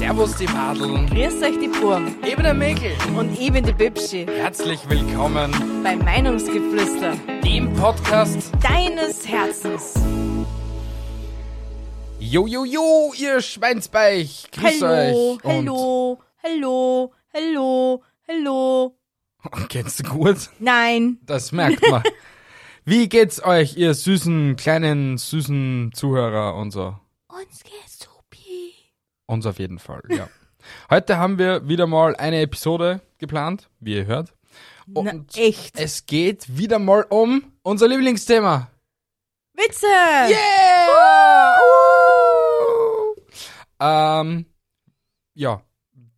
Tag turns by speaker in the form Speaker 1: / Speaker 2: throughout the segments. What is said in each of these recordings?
Speaker 1: Servus die Madeln,
Speaker 2: Grüß euch die Burm
Speaker 1: eben der Mäkel.
Speaker 2: und ich bin die Bibschi
Speaker 1: Herzlich willkommen
Speaker 2: bei Meinungsgeflüster
Speaker 1: dem Podcast.
Speaker 2: deines Herzens.
Speaker 1: Jo, jo, jo, ihr Schweinsbeich. Grüß
Speaker 2: Hallo,
Speaker 1: euch.
Speaker 2: hallo, hallo, hallo, hallo.
Speaker 1: Und geht's gut?
Speaker 2: Nein,
Speaker 1: Das merkt man. Wie geht's euch, ihr süßen, kleinen, süßen Zuhörer und so?
Speaker 2: uns geht's supi.
Speaker 1: Uns auf jeden Fall, ja. Heute haben wir wieder mal eine Episode geplant, wie ihr hört.
Speaker 2: Na,
Speaker 1: Und
Speaker 2: echt.
Speaker 1: es geht wieder mal um unser Lieblingsthema.
Speaker 2: Witze.
Speaker 1: Yeah! Uh! Ähm, ja,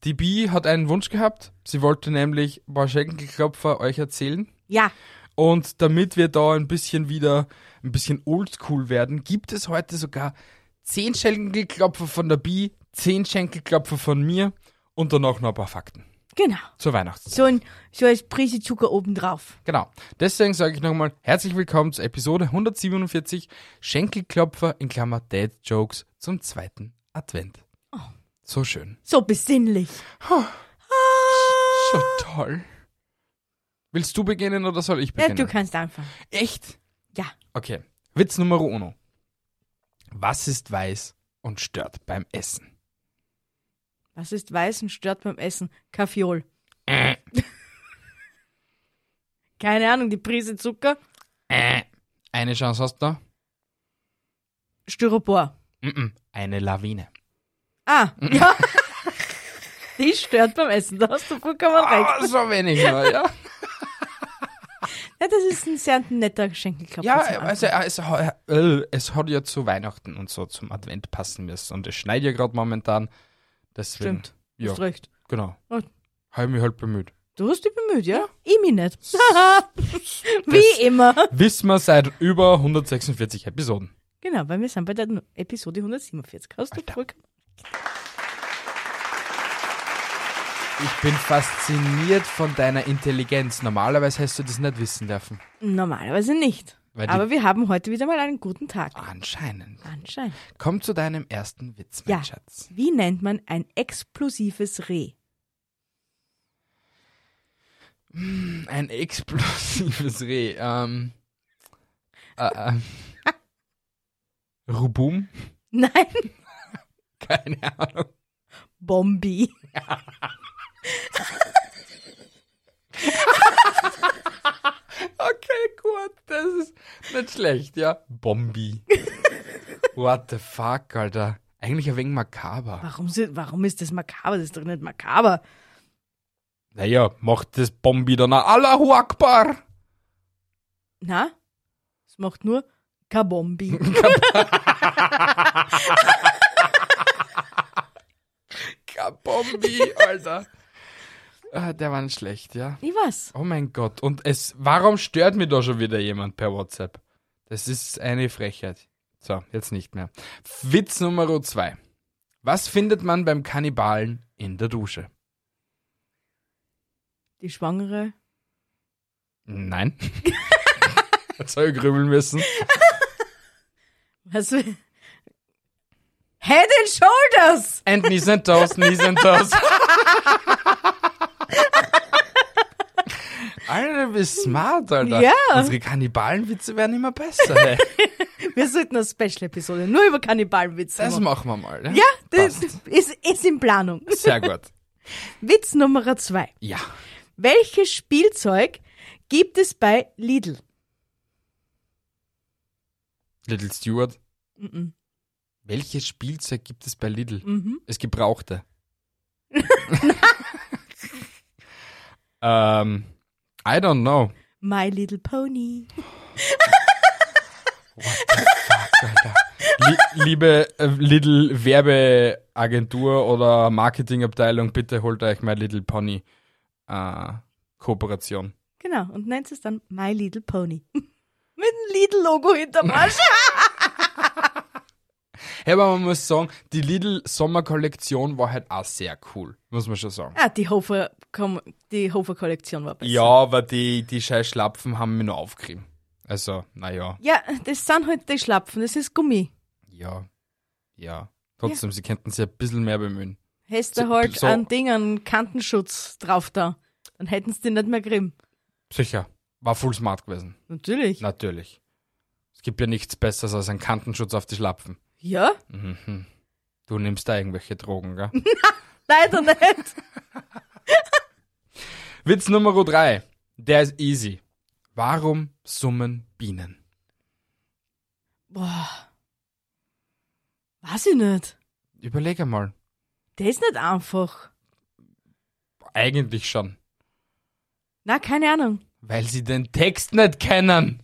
Speaker 1: die Bi hat einen Wunsch gehabt. Sie wollte nämlich Schenkelklopfer euch erzählen.
Speaker 2: Ja,
Speaker 1: Und damit wir da ein bisschen wieder ein bisschen oldschool werden, gibt es heute sogar 10 Schenkelklopfer von der Bi, 10 Schenkelklopfer von mir und danach noch ein paar Fakten
Speaker 2: genau.
Speaker 1: zur Weihnachtszeit.
Speaker 2: So ein, so ein Prise Zucker obendrauf.
Speaker 1: Genau. Deswegen sage ich nochmal herzlich willkommen zur Episode 147 Schenkelklopfer in Klammer Dad Jokes zum zweiten Advent. So schön.
Speaker 2: So besinnlich.
Speaker 1: So toll. Willst du beginnen oder soll ich
Speaker 2: Ja,
Speaker 1: beginnen?
Speaker 2: du kannst anfangen.
Speaker 1: Echt?
Speaker 2: Ja.
Speaker 1: Okay. Witz Nummer uno. Was ist weiß und stört beim Essen?
Speaker 2: Was ist weiß und stört beim Essen? Kaffeeol.
Speaker 1: Äh,
Speaker 2: Keine Ahnung, die Prise Zucker.
Speaker 1: äh. Eine Chance hast du noch?
Speaker 2: Styropor.
Speaker 1: Mm-mm. Eine Lawine.
Speaker 2: Ah, ja. Die stört beim Essen, da hast du vollkommen recht.
Speaker 1: Ah, so wenig, nur, ja.
Speaker 2: Ja, das ist ein sehr netter Schenkelklopfer.
Speaker 1: Ja,
Speaker 2: zum Anfang.
Speaker 1: also es, ha- äh, es hat ja zu Weihnachten und so zum Advent passen müssen. Und es schneit ja gerade momentan. Deswegen,
Speaker 2: Stimmt.
Speaker 1: Ja,
Speaker 2: Hast recht.
Speaker 1: genau.
Speaker 2: Oh.
Speaker 1: Habe ich mich halt bemüht.
Speaker 2: Du hast dich bemüht, ja? Ich mich nicht. Wie immer.
Speaker 1: Wissen wir seit über 146 Episoden.
Speaker 2: Genau, weil wir sind bei der Episode 147. Hast du vollkommen
Speaker 1: Ich bin fasziniert von deiner Intelligenz. Normalerweise hättest du das nicht wissen dürfen.
Speaker 2: Normalerweise nicht.
Speaker 1: Weil die-
Speaker 2: Aber wir haben heute wieder mal einen guten Tag.
Speaker 1: Anscheinend.
Speaker 2: Anscheinend.
Speaker 1: Komm zu deinem ersten Witz, mein
Speaker 2: Ja.
Speaker 1: Schatz.
Speaker 2: Wie nennt man ein explosives Reh?
Speaker 1: Ein explosives Reh. Ähm, äh, ähm. Rubum?
Speaker 2: Nein,
Speaker 1: Keine Ahnung.
Speaker 2: Bombi.
Speaker 1: Okay, gut, das ist nicht schlecht, ja. Bombi. What the fuck, Alter. Eigentlich ein wenig makaber.
Speaker 2: Warum, sind- warum ist das makaber? Das ist doch nicht makaber.
Speaker 1: Naja, macht das Bombi dann auch Allahu Akbar.
Speaker 2: Na? Es macht nur Kabombi.
Speaker 1: Kein Bombi, Alter. Ah, Der war nicht schlecht, ja.
Speaker 2: Ich weiß.
Speaker 1: Oh mein Gott. Und es, warum stört mich da schon wieder jemand per WhatsApp? Das ist eine Frechheit. So, jetzt nicht mehr. Witz Nummer zwei. Was findet man beim Kannibalen in der Dusche?
Speaker 2: Die Schwangere.
Speaker 1: Nein. Jetzt soll ich grübeln müssen.
Speaker 2: Was? Head and Shoulders!
Speaker 1: And knees and toes, knees and toes. Alter, du bist smart, Alter.
Speaker 2: Ja.
Speaker 1: Unsere Kannibalenwitze werden immer besser. Ey.
Speaker 2: Wir sollten eine Special-Episode nur über Kannibalenwitze
Speaker 1: Das machen
Speaker 2: machen.
Speaker 1: wir mal. ne?
Speaker 2: Ja, das ist, ist in Planung.
Speaker 1: Sehr gut.
Speaker 2: Witz Nummer zwei.
Speaker 1: Ja.
Speaker 2: Welches Spielzeug gibt es bei Lidl?
Speaker 1: Little Stewart.
Speaker 2: Mhm.
Speaker 1: Welches Spielzeug gibt es bei Lidl?
Speaker 2: Mhm.
Speaker 1: Es gebrauchte. ähm, I don't know.
Speaker 2: My Little Pony.
Speaker 1: Lie- Liebe äh, Little Werbeagentur oder Marketingabteilung, bitte holt euch mal Little Pony äh, Kooperation.
Speaker 2: Genau, und nennt es dann My Little Pony. Mit dem Lidl-Logo hinterm Arsch.
Speaker 1: Hey, aber man muss sagen, die Little Sommerkollektion war halt auch sehr cool, muss man schon sagen.
Speaker 2: ah, die Hofer, komm, die Hofer-Kollektion war besser.
Speaker 1: Ja, aber die, die scheiß Schlapfen haben mich nur aufgerieben. Also, naja,
Speaker 2: Ja, das sind halt die Schlapfen, das ist Gummi.
Speaker 1: ja, ja. Trotzdem, sie könnten sich ein bisschen mehr bemühen.
Speaker 2: Hättest du
Speaker 1: So-
Speaker 2: halt
Speaker 1: so-
Speaker 2: an Dingen Kantenschutz drauf da. Dann hätten sie die nicht mehr grimm.
Speaker 1: Sicher. War full smart gewesen.
Speaker 2: Natürlich.
Speaker 1: Natürlich. Es gibt ja nichts Besseres als einen Kantenschutz auf die Schlapfen.
Speaker 2: Ja?
Speaker 1: Mhm. Du nimmst da irgendwelche Drogen, gell?
Speaker 2: Leider nicht.
Speaker 1: Witz Nummer drei. Der ist easy. Warum summen Bienen?
Speaker 2: Boah. Weiß ich nicht.
Speaker 1: Überleg einmal.
Speaker 2: Der ist nicht einfach.
Speaker 1: Eigentlich schon.
Speaker 2: Na, keine Ahnung.
Speaker 1: Weil sie den Text nicht kennen.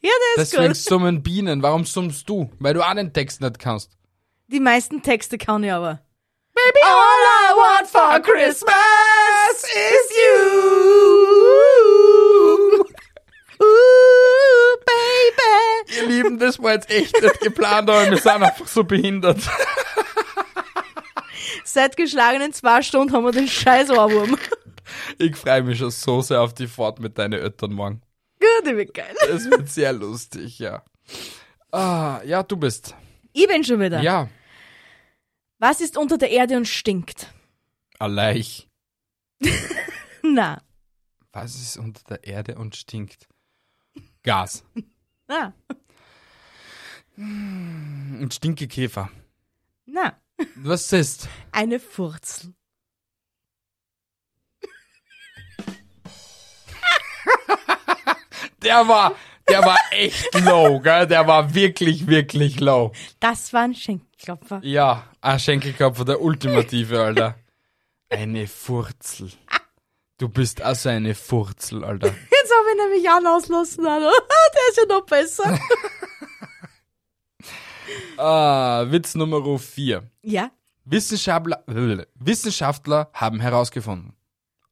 Speaker 2: Ja, der ist
Speaker 1: Deswegen
Speaker 2: gut.
Speaker 1: summen Bienen. Warum summst du? Weil du auch den Text nicht kannst.
Speaker 2: Die meisten Texte kann ich aber. Baby, all I want for Christmas is you. Ooh, baby.
Speaker 1: Ihr Lieben, das war jetzt echt nicht geplant, aber wir sind einfach so behindert.
Speaker 2: Seit geschlagenen zwei Stunden haben wir den scheiß Ohrwurm.
Speaker 1: Ich freue mich schon so sehr auf die Fahrt mit deinen Eltern morgen.
Speaker 2: Gut, ich bin geil.
Speaker 1: Es wird sehr lustig, ja. Ah, ja, du bist.
Speaker 2: Ich bin schon wieder.
Speaker 1: Ja,
Speaker 2: Was ist unter der Erde und stinkt?
Speaker 1: allein.
Speaker 2: Na,
Speaker 1: Was ist unter der Erde und stinkt? Gas.
Speaker 2: na,
Speaker 1: Und stinke Käfer.
Speaker 2: na.
Speaker 1: Was ist?
Speaker 2: Eine Furzel.
Speaker 1: Der war, der war echt low, gell? Der war wirklich, wirklich low.
Speaker 2: Das war ein Schenkelklopfer.
Speaker 1: Ja, ein Schenkelkopf, der ultimative, Alter. Eine Furzel. Du bist also eine Furzel, Alter.
Speaker 2: Jetzt habe ich nämlich auch auslassen, Alter. Der ist ja noch besser.
Speaker 1: Ah, Witz Nummer 4.
Speaker 2: ja.
Speaker 1: Wissenschaftler, Wissenschaftler haben herausgefunden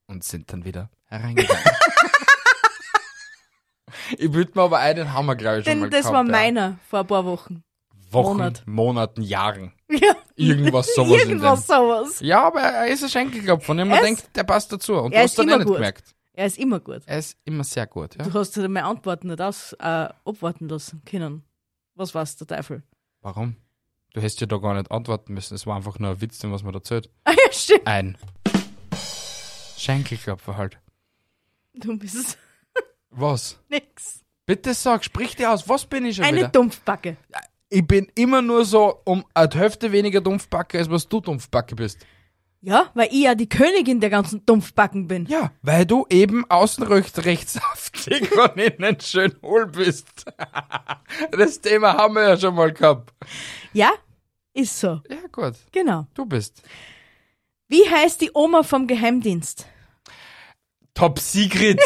Speaker 1: und sind dann wieder hereingegangen. ich würde mir aber einen Hammer, glaube ich, schon mal
Speaker 2: Denn das
Speaker 1: gehabt,
Speaker 2: war
Speaker 1: ja.
Speaker 2: meiner vor ein paar Wochen.
Speaker 1: Wochen,
Speaker 2: Monat.
Speaker 1: Monaten, Jahren.
Speaker 2: Ja.
Speaker 1: Irgendwas sowas
Speaker 2: Irgendwas
Speaker 1: in
Speaker 2: sowas.
Speaker 1: dem. Ja, aber er ist ein Schenkelklopf und man
Speaker 2: Er ist-
Speaker 1: denkt, der passt dazu. Und du
Speaker 2: er
Speaker 1: hast
Speaker 2: ist
Speaker 1: dann eh
Speaker 2: immer
Speaker 1: nicht
Speaker 2: gut.
Speaker 1: gemerkt.
Speaker 2: Er ist immer gut.
Speaker 1: Er ist immer sehr gut, ja.
Speaker 2: Du hast dir meine Antworten nicht aus, äh, abwarten lassen können. Was war's, der Teufel?
Speaker 1: Warum? Du hättest ja da gar nicht antworten müssen. Es war einfach nur ein Witz, den was man da erzählt.
Speaker 2: Ah, ja, stimmt.
Speaker 1: Ein Schenkelklopfer halt.
Speaker 2: Du bist
Speaker 1: Was?
Speaker 2: nix.
Speaker 1: Bitte sag, sprich dir aus, was bin ich schon
Speaker 2: Eine
Speaker 1: wieder?
Speaker 2: Dumpfbacke.
Speaker 1: ich bin immer nur so um eine Hälfte weniger Dumpfbacke, als was du Dumpfbacke bist.
Speaker 2: Ja, weil ich ja die Königin der ganzen Dumpfbacken bin.
Speaker 1: Ja, weil du eben außen recht, recht saftig und innen schön hohl bist. das Thema haben wir ja schon mal gehabt.
Speaker 2: Ja? Ist so.
Speaker 1: Ja gut,
Speaker 2: Genau.
Speaker 1: du bist.
Speaker 2: Wie heißt die Oma vom Geheimdienst?
Speaker 1: Top Secret,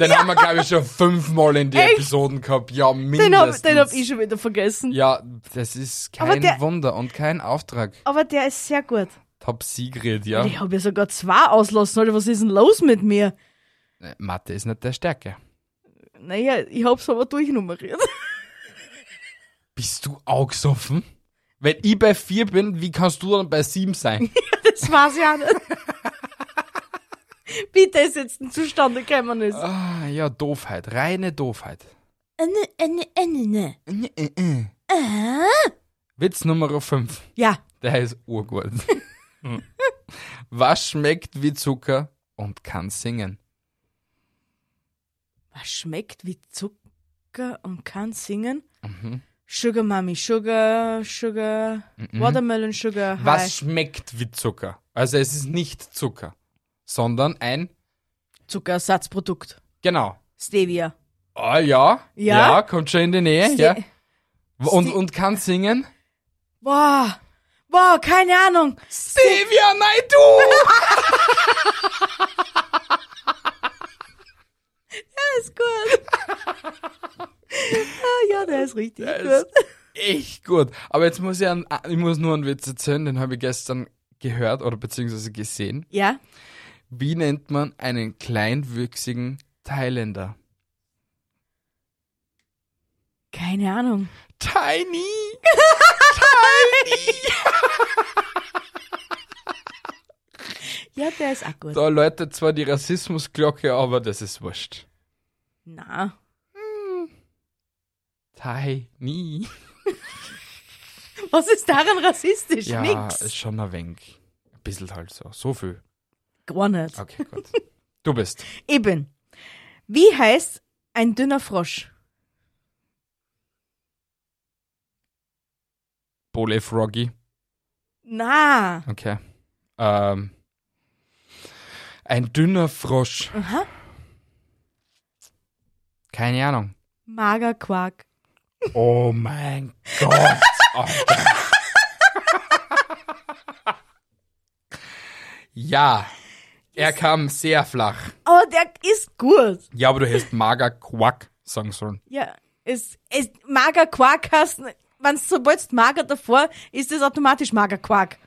Speaker 1: den haben wir glaube ich schon fünfmal in die
Speaker 2: Echt?
Speaker 1: Episoden gehabt. Ja, mindestens.
Speaker 2: Den hab, den hab ich schon wieder vergessen.
Speaker 1: ja, das ist
Speaker 2: Aber
Speaker 1: kein
Speaker 2: der-
Speaker 1: Wunder und kein Auftrag.
Speaker 2: Aber der ist sehr gut.
Speaker 1: Top Secret, ja.
Speaker 2: Ich habe ja sogar zwei auslassen, Alter. Was ist denn los mit mir?
Speaker 1: Äh, Mathe ist nicht der Stärke.
Speaker 2: Naja, ich hab's aber durchnummeriert.
Speaker 1: Bist du augsoffen? Wenn ich bei 4 bin, wie kannst du dann bei 7 sein?
Speaker 2: Das weiß ich auch nicht. Wie das jetzt ein zustande gekommen ist.
Speaker 1: ah, ja, Doofheit, reine Doofheit.
Speaker 2: Eine, eine, eine, ne. Äh?
Speaker 1: Witz Nummer 5.
Speaker 2: Ja,
Speaker 1: Der ist urgut. Hm. Was schmeckt wie Zucker und kann singen?
Speaker 2: was schmeckt wie Zucker und kann singen?
Speaker 1: Mhm.
Speaker 2: Sugar Mami, Sugar, Sugar, Watermelon Sugar, High.
Speaker 1: Was schmeckt wie Zucker? Also es ist nicht Zucker, sondern ein,
Speaker 2: Zuckerersatzprodukt.
Speaker 1: genau.
Speaker 2: Stevia.
Speaker 1: Ah ja,
Speaker 2: Ja?
Speaker 1: kommt schon in die Nähe.
Speaker 2: Ste-
Speaker 1: ja. Und,
Speaker 2: Ste-
Speaker 1: und kann singen?
Speaker 2: Boah, boah, keine Ahnung.
Speaker 1: Stevia Naidu!
Speaker 2: Ist gut. ah, ja, der ist richtig
Speaker 1: Der
Speaker 2: gut.
Speaker 1: ist echt gut. Aber jetzt muss ich, einen, ich muss nur einen Witz erzählen, den habe ich gestern gehört oder beziehungsweise gesehen.
Speaker 2: Ja,
Speaker 1: Wie nennt man einen kleinwüchsigen Thailänder?
Speaker 2: keine Ahnung.
Speaker 1: Tiny!
Speaker 2: Ja, der ist auch gut.
Speaker 1: Da läutet zwar die Rassismusglocke, aber das ist wurscht.
Speaker 2: Na,
Speaker 1: Tiny.
Speaker 2: Was ist daran rassistisch?
Speaker 1: Ja,
Speaker 2: Nix.
Speaker 1: schon ein wenig. Ein bisschen halt so. So viel.
Speaker 2: Gar nicht.
Speaker 1: Okay, gut. Du bist.
Speaker 2: Eben. Wie heißt ein dünner Frosch?
Speaker 1: Bole Froggy.
Speaker 2: Na.
Speaker 1: Okay. Ähm, ein dünner Frosch.
Speaker 2: Aha.
Speaker 1: Keine Ahnung.
Speaker 2: Magerquark.
Speaker 1: Oh mein Gott. Alter. ja. Er kam sehr flach.
Speaker 2: Aber der ist gut.
Speaker 1: Ja, aber du hättest mager Quack sagen sollen.
Speaker 2: Ja. Es, es, Magerquark hast, wenn sobald mager davor ist, es automatisch Magerquark.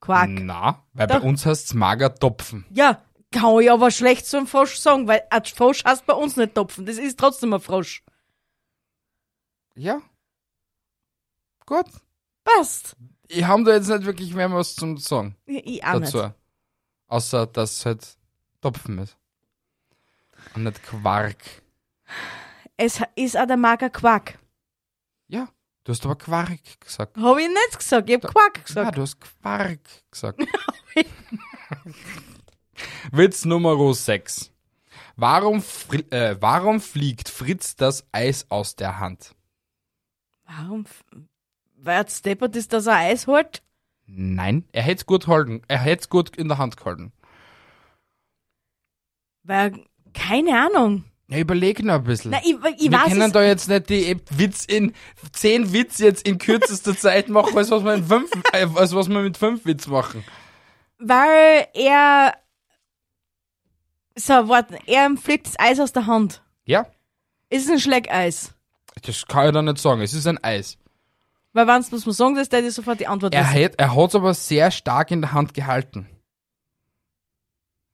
Speaker 2: Quark.
Speaker 1: Na, weil
Speaker 2: Doch.
Speaker 1: bei uns heißt es mager Topfen.
Speaker 2: Ja, kann ich aber schlecht so einen Frosch sagen, weil ein Frosch heißt bei uns nicht Topfen. Das ist trotzdem ein Frosch.
Speaker 1: Ja. Gut.
Speaker 2: Passt.
Speaker 1: Ich habe da jetzt nicht wirklich mehr was zum sagen
Speaker 2: Ich, ich auch
Speaker 1: dazu.
Speaker 2: nicht.
Speaker 1: Außer, dass es halt Topfen ist. Und nicht Quark.
Speaker 2: Es ha- ist auch der Magerquark.
Speaker 1: Ja, du hast aber Quark gesagt.
Speaker 2: Hab ich nicht gesagt, ich hab Quark
Speaker 1: Ja,
Speaker 2: gesagt.
Speaker 1: du hast Quark gesagt. Witz Nummer 6. Warum, fri- äh, warum fliegt Fritz das Eis aus der Hand?
Speaker 2: Warum? f- Weil er steppert ist, dass er Eis holt?
Speaker 1: Nein, er hätte es gut halten. Er hätte es gut in der Hand gehalten.
Speaker 2: Weil, er- keine Ahnung.
Speaker 1: Ja, überleg noch ein bisschen.
Speaker 2: Nein, ich, ich
Speaker 1: wir
Speaker 2: weiß
Speaker 1: können
Speaker 2: es.
Speaker 1: da jetzt nicht die Ep- Witz in zehn Witz jetzt in kürzester Zeit machen, als was wir in fünf, äh, als was wir mit fünf Witz machen.
Speaker 2: Weil er. So, warte, er fliegt das Eis aus der Hand.
Speaker 1: Ja,
Speaker 2: Es Ist ein Schleckeis.
Speaker 1: das kann ich da nicht sagen. Es ist ein Eis.
Speaker 2: Weil, wenn es muss sagen, dass der dir sofort die Antwort
Speaker 1: Er
Speaker 2: wissen.
Speaker 1: hat er hat's aber sehr stark in der Hand gehalten.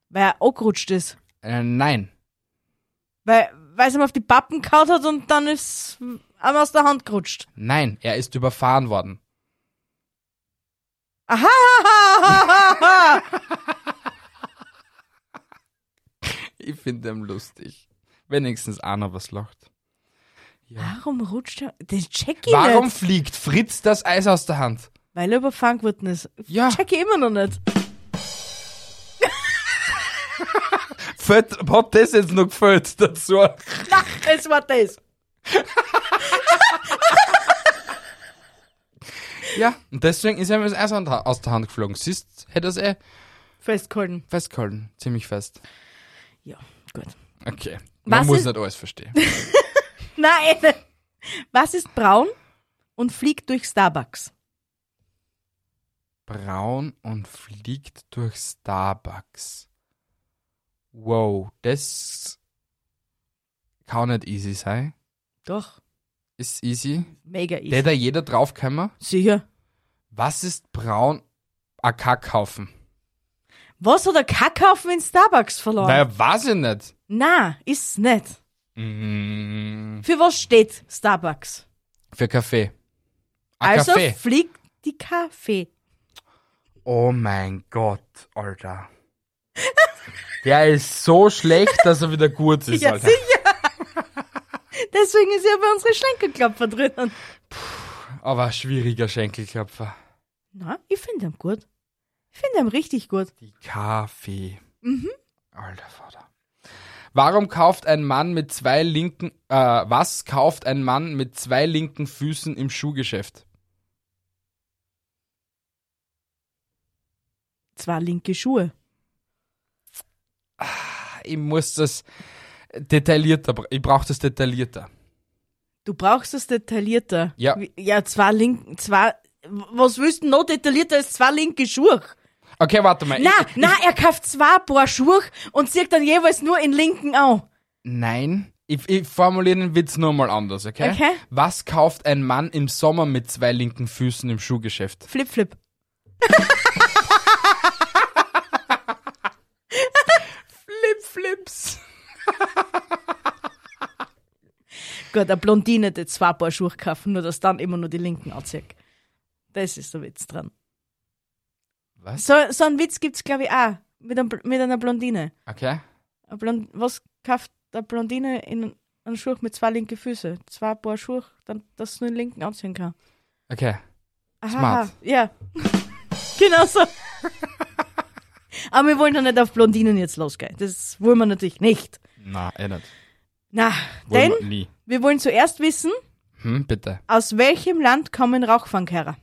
Speaker 2: Weil er angerutscht ist.
Speaker 1: Äh, nein,
Speaker 2: Weil weil es ihm auf die Pappen kaut hat und dann ist ihm aus der Hand gerutscht.
Speaker 1: nein, er ist überfahren worden.
Speaker 2: Aha!
Speaker 1: Ich finde ihn lustig. Wenigstens einer was lacht.
Speaker 2: Warum rutscht er? Das check ich
Speaker 1: Warum
Speaker 2: nicht.
Speaker 1: fliegt Fritz das Eis aus der Hand?
Speaker 2: Weil er überfahren geworden ist.
Speaker 1: Ja.
Speaker 2: Check ich immer noch nicht.
Speaker 1: Fällt, hat das jetzt noch gefällt dazu?
Speaker 2: Na, das war das.
Speaker 1: Ja, und deswegen ist ihm das Eis an der- aus der Hand geflogen. Siehst, hätte es eh
Speaker 2: Festgehalten.
Speaker 1: festgehalten. Ziemlich fest.
Speaker 2: Ja, gut.
Speaker 1: Okay. Man
Speaker 2: Was
Speaker 1: muss
Speaker 2: ist-
Speaker 1: nicht alles verstehen.
Speaker 2: Nein. Was ist braun und fliegt durch Starbucks?
Speaker 1: Braun und fliegt durch Starbucks. Wow, das kann nicht easy sein.
Speaker 2: Doch.
Speaker 1: Ist easy.
Speaker 2: Mega easy.
Speaker 1: Der da jeder draufkommen.
Speaker 2: Sicher.
Speaker 1: Was ist braun? Ein Kackhaufen.
Speaker 2: Was hat der Kackhaufen in Starbucks verloren?
Speaker 1: Naja, weiß ich nicht.
Speaker 2: Nein, ist's nicht.
Speaker 1: Mm,
Speaker 2: Für was steht Starbucks?
Speaker 1: für Kaffee. Ein
Speaker 2: Also
Speaker 1: Kaffee.
Speaker 2: fliegt die Kaffee.
Speaker 1: Oh mein Gott, Alter. Der ist so schlecht, dass er wieder gut ist,
Speaker 2: Ja,
Speaker 1: Alter.
Speaker 2: sicher. Deswegen ist ja bei unseren Schenkelklopfer drinnen.
Speaker 1: Aber ein schwieriger Schenkelklopfer.
Speaker 2: Na, ich finde ihn gut. Ich finde ihn richtig gut.
Speaker 1: Die Kaffee.
Speaker 2: Mhm.
Speaker 1: Alter Vater. Warum kauft ein Mann mit zwei linken, äh, was kauft ein Mann mit zwei linken Füßen im Schuhgeschäft?
Speaker 2: Zwei linke Schuhe.
Speaker 1: Ich muss das detaillierter, bra- ich brauche das detaillierter.
Speaker 2: Du brauchst es detaillierter.
Speaker 1: Ja.
Speaker 2: Wie- Ja, zwei linke, zwei. Was willst du noch detaillierter als zwei linke Schuhe?
Speaker 1: Okay, warte mal.
Speaker 2: Na,
Speaker 1: Ich,
Speaker 2: na, er kauft zwei Paar Schuhe und zieht dann jeweils nur in linken an.
Speaker 1: nein, ich, ich formuliere den Witz nur mal anders, okay?
Speaker 2: Okay.
Speaker 1: Was kauft ein Mann im Sommer mit zwei linken Füßen im Schuhgeschäft?
Speaker 2: Flip, flip.
Speaker 1: Flipflips.
Speaker 2: Gut, eine Blondine, die zwei Paar Schuhe kaufen, nur dass dann immer nur die linken anzieht. Das ist der Witz dran.
Speaker 1: Was?
Speaker 2: So, so einen Witz gibt's, glaube ich, auch. Mit, einem, Bl- mit einer Blondine.
Speaker 1: Okay.
Speaker 2: Eine Blond was kauft eine Blondine in einen Schuh mit zwei linken Füßen? Zwei Paar Schuhe, dann, dass sie nur den linken anziehen kann.
Speaker 1: Okay.
Speaker 2: Aha,
Speaker 1: Smart.
Speaker 2: Ja. genau so. Aber wir wollen doch nicht auf Blondinen jetzt losgehen. Das wollen wir natürlich nicht.
Speaker 1: Na, eh nicht.
Speaker 2: Na,
Speaker 1: Wollen
Speaker 2: denn
Speaker 1: wir nie.
Speaker 2: wir wollen zuerst wissen,
Speaker 1: Hm, bitte.
Speaker 2: aus welchem Land kommen Rauchfangkehrer?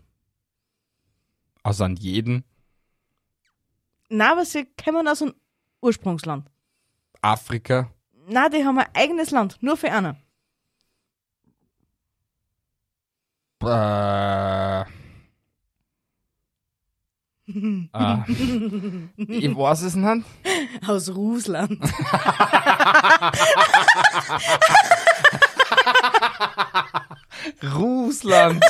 Speaker 1: Also an jeden
Speaker 2: Na, aber sie kommen aus einem Ursprungsland.
Speaker 1: Afrika.
Speaker 2: Na, die haben ein eigenes Land, nur für einen.
Speaker 1: Äh, äh, ich weiß es nicht.
Speaker 2: Aus Russland.
Speaker 1: Russland.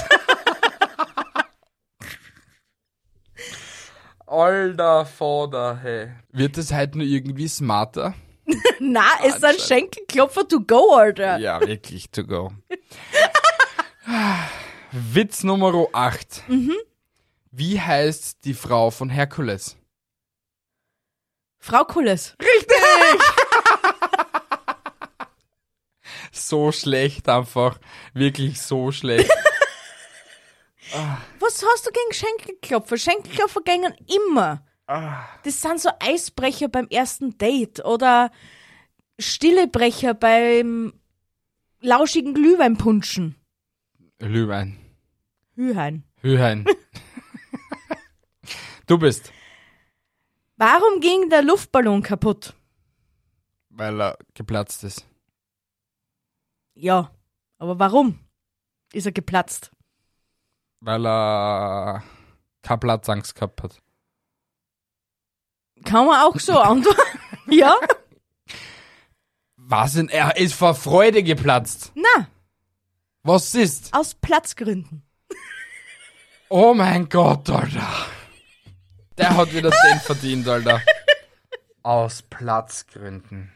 Speaker 1: Alter Vater, hey. Wird das halt nur irgendwie smarter?
Speaker 2: Na, ist ein Schenkelklopfer to go, Alter.
Speaker 1: Ah, Ja, wirklich to go. Witz Nummer 8. Wie heißt die Frau von Herkules?
Speaker 2: Frau Kulles.
Speaker 1: So schlecht einfach. Wirklich so schlecht.
Speaker 2: Was hast du gegen Schenkelklopfer? Schenkelklopfer gängen immer. Das sind so Eisbrecher beim ersten Date oder Stillebrecher beim lauschigen Glühweinpunschen.
Speaker 1: Lübein.
Speaker 2: Hühein.
Speaker 1: Hühein. du bist.
Speaker 2: Warum ging der Luftballon kaputt?
Speaker 1: Weil er geplatzt ist.
Speaker 2: Ja, aber warum ist er geplatzt?
Speaker 1: Weil er keine Platzangst gehabt hat.
Speaker 2: Kann man auch so antworten. ja?
Speaker 1: Was denn? Er ist vor Freude geplatzt.
Speaker 2: Na,
Speaker 1: Was ist?
Speaker 2: aus Platzgründen.
Speaker 1: Oh mein Gott, Alter. Der hat wieder 10 verdient, Alter. Aus Platzgründen.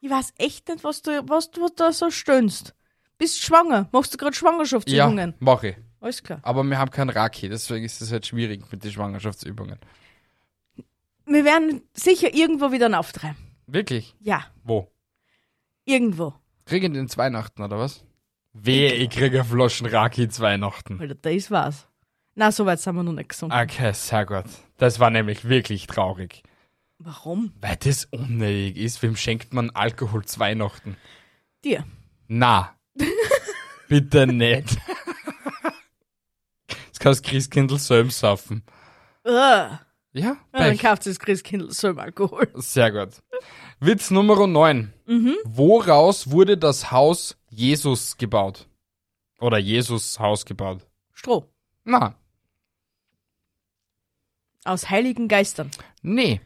Speaker 2: Ich weiß echt nicht, was du, was du da so stöhnst. Bist schwanger? Machst du gerade Schwangerschaftsübungen?
Speaker 1: Ja, mach ich.
Speaker 2: Alles klar.
Speaker 1: Aber wir haben keinen Raki, deswegen ist es halt schwierig mit den Schwangerschaftsübungen.
Speaker 2: Wir werden sicher irgendwo wieder auftreiben.
Speaker 1: Wirklich?
Speaker 2: Ja,
Speaker 1: Wo?
Speaker 2: irgendwo.
Speaker 1: Kriegen den zu Weihnachten, oder was? Wehe, ich kriege Floschen Raki zu Weihnachten.
Speaker 2: Alter, das war's. Ah. Na, so weit sind wir noch nicht gesund.
Speaker 1: Okay, sehr gut. Das war nämlich wirklich traurig.
Speaker 2: Warum?
Speaker 1: Weil das unnötig ist. Wem schenkt man Alkohol zu Weihnachten?
Speaker 2: Dir.
Speaker 1: Na. Bitte nicht. Das kannst Christkindl selbst saufen.
Speaker 2: Äh,
Speaker 1: Ja,
Speaker 2: dann
Speaker 1: Pech.
Speaker 2: kauft das Christkindl selber Alkohol.
Speaker 1: Sehr gut. Witz Nummer 9. Woraus wurde das Haus Jesus gebaut? Oder Jesus Haus gebaut?
Speaker 2: Stroh.
Speaker 1: Na,
Speaker 2: Aus heiligen Geistern.
Speaker 1: nee.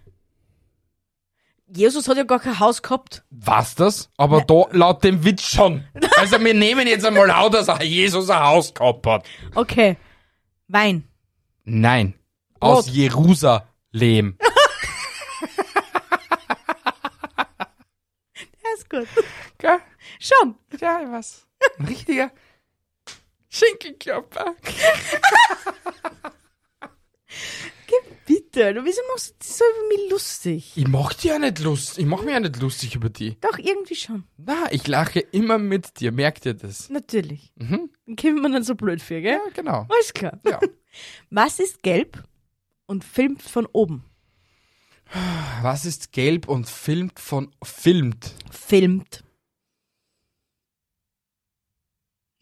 Speaker 2: Jesus hat ja gar kein Haus gehabt.
Speaker 1: Was das? Aber da laut dem Witz schon. Also wir nehmen jetzt einmal laut, dass ein Jesus ein Haus gehabt hat.
Speaker 2: Okay. Wein.
Speaker 1: Nein. Aus
Speaker 2: Rot.
Speaker 1: Jerusalem.
Speaker 2: Ja, ist gut.
Speaker 1: Gell?
Speaker 2: Schon.
Speaker 1: Ja, ich weiß. Ein richtiger Schinkenklopper.
Speaker 2: Bitte, du, wieso machst du das so über mich lustig?
Speaker 1: Ich mach dir ja nicht lust. Ich mach mir ja nicht lustig über die.
Speaker 2: Doch, irgendwie schon.
Speaker 1: Na, ich lache immer mit dir. Merkt ihr das?
Speaker 2: Natürlich.
Speaker 1: Mhm.
Speaker 2: Dann käme man dann so blöd für, gell?
Speaker 1: Ja, genau.
Speaker 2: Alles klar.
Speaker 1: Ja.
Speaker 2: Was ist gelb und filmt von oben?
Speaker 1: Was ist gelb und filmt von filmt?
Speaker 2: Filmt.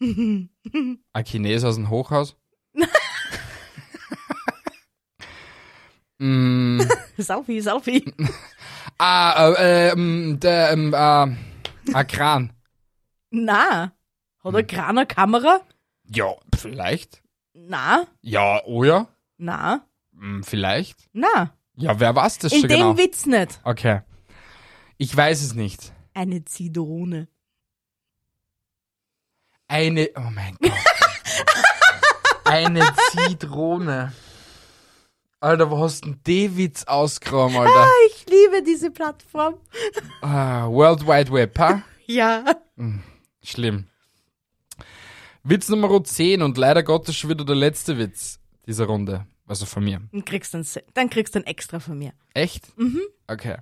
Speaker 1: Ein Chines aus dem Hochhaus? mm,
Speaker 2: Saufi, Saufi.
Speaker 1: ah, äh, ähm, der, ähm, äh, ein Kran.
Speaker 2: Na. Hat
Speaker 1: Hm.
Speaker 2: er Kraner Kamera?
Speaker 1: Ja, vielleicht.
Speaker 2: Na,
Speaker 1: Ja, oh ja.
Speaker 2: na,
Speaker 1: Hm, vielleicht.
Speaker 2: na.
Speaker 1: Ja, wer weiß das
Speaker 2: In
Speaker 1: schon
Speaker 2: dem
Speaker 1: genau?
Speaker 2: Witz nicht.
Speaker 1: Okay. Ich weiß es nicht.
Speaker 2: Eine Zitrone.
Speaker 1: Eine. Oh mein Gott. Eine Zitrone. Alter, wo hast denn den Witz ausgegraben, Alter?
Speaker 2: Ich liebe diese Plattform.
Speaker 1: Ah, World Wide Web, ha?
Speaker 2: Ja.
Speaker 1: Schlimm. Witz Nummer 10 und leider Gottes schon wieder der letzte Witz dieser Runde. Also von mir.
Speaker 2: Dann kriegst du einen, Se- dann kriegst du einen extra von mir.
Speaker 1: Echt? Mhm. Okay.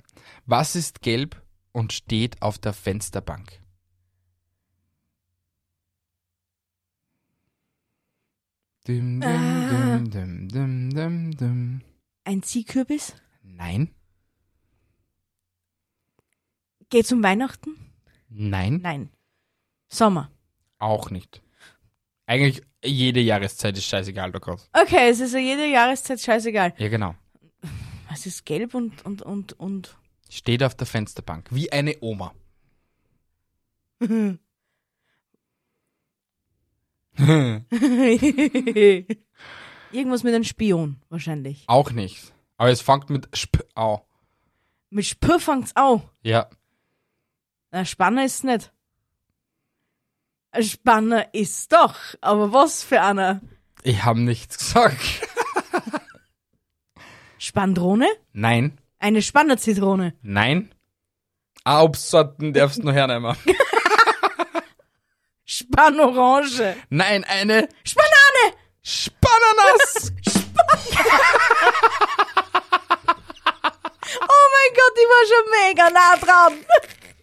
Speaker 1: Was ist gelb und steht auf der Fensterbank? Dim, dim,
Speaker 2: Ah.
Speaker 1: dim, dim, dim, dim, dim.
Speaker 2: Ein Ziehkürbis?
Speaker 1: Nein,
Speaker 2: Geht's um Weihnachten?
Speaker 1: nein,
Speaker 2: Nein. Sommer.
Speaker 1: auch nicht. Eigentlich jede Jahreszeit ist scheißegal, der Gott.
Speaker 2: Okay, es ist ja jede Jahreszeit scheißegal.
Speaker 1: Ja, genau.
Speaker 2: Es ist gelb und, und, und, und.
Speaker 1: Steht auf der Fensterbank, wie eine Oma.
Speaker 2: Irgendwas mit einem Spion, wahrscheinlich.
Speaker 1: Auch nicht. Aber es fängt mit Sp au.
Speaker 2: Mit Spür fangt's auch.
Speaker 1: Ja,
Speaker 2: Na, Spanner ist nicht. Ein Spanner ist doch, aber was für einer?
Speaker 1: ich habe nichts gesagt.
Speaker 2: Spandrone?
Speaker 1: Nein,
Speaker 2: Eine Spannerzitrone.
Speaker 1: nein. Ah, Obstsorten darfst du noch hernehmen.
Speaker 2: Spanorange.
Speaker 1: Nein, eine
Speaker 2: Spanane!
Speaker 1: Spananas.
Speaker 2: Oh mein Gott, ich war schon mega nah dran.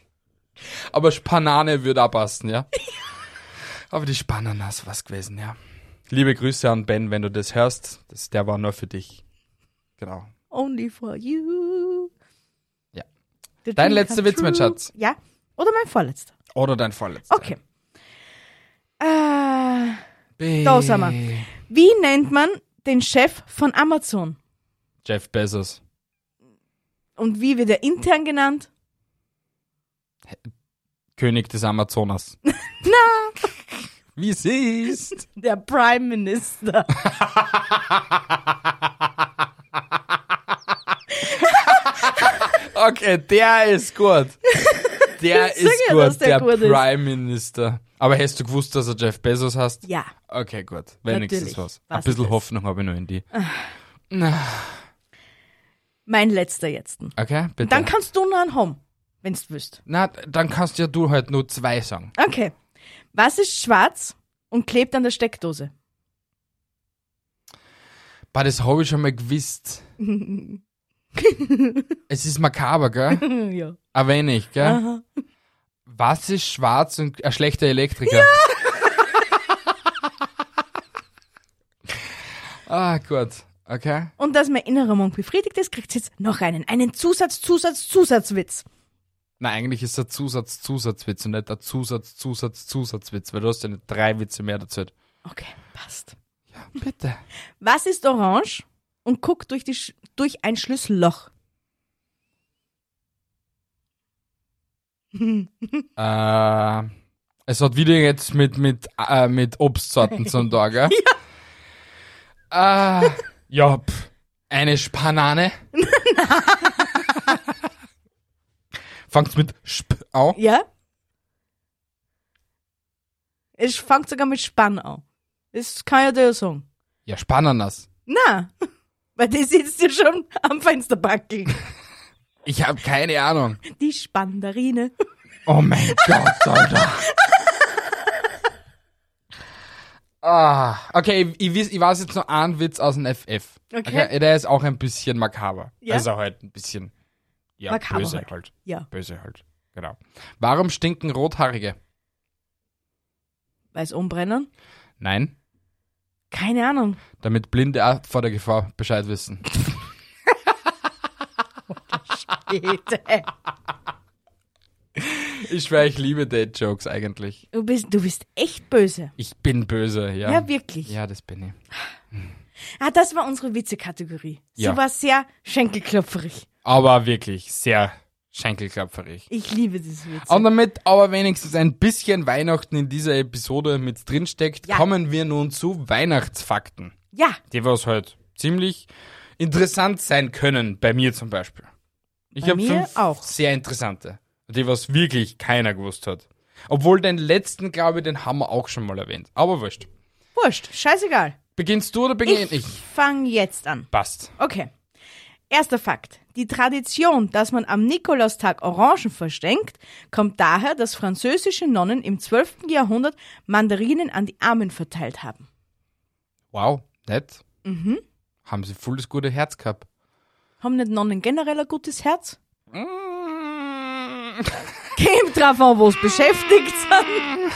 Speaker 1: Aber Spanane würde auch passen, ja. Aber die Spananas war's gewesen, ja. Liebe Grüße an Ben, wenn du das hörst. Das, der war nur für dich. Genau.
Speaker 2: Only for you.
Speaker 1: Ja.
Speaker 2: The
Speaker 1: Dein
Speaker 2: dream
Speaker 1: letzter
Speaker 2: come
Speaker 1: Witz, mein
Speaker 2: true.
Speaker 1: Schatz.
Speaker 2: Ja, oder mein vorletzter.
Speaker 1: Oder dein vorletzter.
Speaker 2: Okay. Äh,
Speaker 1: B
Speaker 2: Da sind wir. wie nennt man den Chef von Amazon?
Speaker 1: Jeff Bezos.
Speaker 2: Und wie wird er intern genannt?
Speaker 1: König des Amazonas.
Speaker 2: Na,
Speaker 1: Wie siehst.
Speaker 2: der Prime Minister.
Speaker 1: Okay, der ist gut. Der
Speaker 2: Ich sag
Speaker 1: ist
Speaker 2: ja,
Speaker 1: gut,
Speaker 2: dass der
Speaker 1: der,
Speaker 2: gut ist.
Speaker 1: Prime Minister. Aber hast du gewusst, dass er Jeff Bezos heißt?
Speaker 2: Ja.
Speaker 1: Okay, gut. Wenigstens
Speaker 2: Natürlich.
Speaker 1: was. Ein
Speaker 2: Was
Speaker 1: bisschen
Speaker 2: ist?
Speaker 1: Hoffnung habe ich noch in die.
Speaker 2: Mein letzter jetzt.
Speaker 1: Okay, bitte.
Speaker 2: Dann kannst du noch einen haben, wenn's wüsst.
Speaker 1: Na, dann kannst ja du halt nur zwei sagen.
Speaker 2: Okay. Was ist schwarz und klebt an der Steckdose?
Speaker 1: Bah, das habe ich schon mal gewusst. es ist makaber, gell?
Speaker 2: ja.
Speaker 1: Ein wenig, gell?
Speaker 2: Aha.
Speaker 1: Was ist schwarz und ein schlechter Elektriker? ah, gut. Okay.
Speaker 2: Und dass mein innerer Monk befriedigt ist, kriegt jetzt noch einen. Einen Zusatz, Zusatz, Zusatzwitz.
Speaker 1: Na, eigentlich ist der Zusatz Zusatzwitz und nicht der Zusatz Zusatz Zusatzwitz, weil du hast ja nicht drei Witze mehr dazu.
Speaker 2: Okay, passt.
Speaker 1: Bitte.
Speaker 2: Was ist orange und guckt durch, die Sch durch ein Schlüsselloch?
Speaker 1: Äh, es hat wieder jetzt mit, mit, äh, mit Obstsorten zum Tag, gell? Ja. Äh, ja, pff, eine Spanane. Fangt's mit Sp an?
Speaker 2: Ja? Es fängt sogar mit Spann an. Das kann ja der sagen.
Speaker 1: Ja, Spananas.
Speaker 2: Na, weil die sitzt ja schon am Fensterbankel.
Speaker 1: Ich habe keine Ahnung.
Speaker 2: Die Spandarine.
Speaker 1: Oh mein Gott, Alter. Ah, okay, ich, ich, wiss- ich weiß jetzt noch einen Witz aus dem FF.
Speaker 2: Okay.
Speaker 1: Der ist auch ein bisschen makaber.
Speaker 2: Ja.
Speaker 1: Also halt ein bisschen. Ja,
Speaker 2: Makaber
Speaker 1: böse
Speaker 2: halt.
Speaker 1: halt.
Speaker 2: Ja,
Speaker 1: Böse halt. Genau. Warum stinken Rothaarige?
Speaker 2: weil es umbrennen.
Speaker 1: Nein,
Speaker 2: Keine Ahnung.
Speaker 1: damit Blinde auch vor der Gefahr Bescheid wissen.
Speaker 2: Bitte.
Speaker 1: Ich schwör, ich liebe Date-Jokes eigentlich.
Speaker 2: Du bist, du bist echt böse.
Speaker 1: Ich bin böse, ja.
Speaker 2: Ja, wirklich.
Speaker 1: Ja, das bin ich.
Speaker 2: Ah, das war unsere Witzekategorie. Sie
Speaker 1: Ja.
Speaker 2: war sehr schenkelklopferig.
Speaker 1: Aber wirklich sehr schenkelklopferig.
Speaker 2: Ich liebe diese Witze.
Speaker 1: Und damit aber wenigstens ein bisschen Weihnachten in dieser Episode mit drinsteckt,
Speaker 2: Ja.
Speaker 1: kommen wir nun zu Weihnachtsfakten,
Speaker 2: ja,
Speaker 1: die was halt ziemlich interessant sein können, bei mir zum Beispiel. Ich
Speaker 2: Bei
Speaker 1: habe
Speaker 2: mir
Speaker 1: fünf
Speaker 2: auch.
Speaker 1: sehr interessante, die was wirklich keiner gewusst hat. Obwohl den letzten, glaube ich, den haben wir auch schon mal erwähnt. Aber wurscht.
Speaker 2: wurscht. Scheißegal.
Speaker 1: Beginnst du oder beginn
Speaker 2: Ich,
Speaker 1: ich?
Speaker 2: fang jetzt an.
Speaker 1: Passt.
Speaker 2: Okay. Erster Fakt. Die Tradition, dass man am Nikolaustag Orangen verschenkt, kommt daher, dass französische Nonnen im 12. Jahrhundert Mandarinen an die Armen verteilt haben.
Speaker 1: Wow, nett.
Speaker 2: Mhm.
Speaker 1: Haben sie voll das gute Herz gehabt.
Speaker 2: Haben nicht Nonnen generell ein gutes Herz?
Speaker 1: Mm.
Speaker 2: Käm drauf an, wo es beschäftigt sind.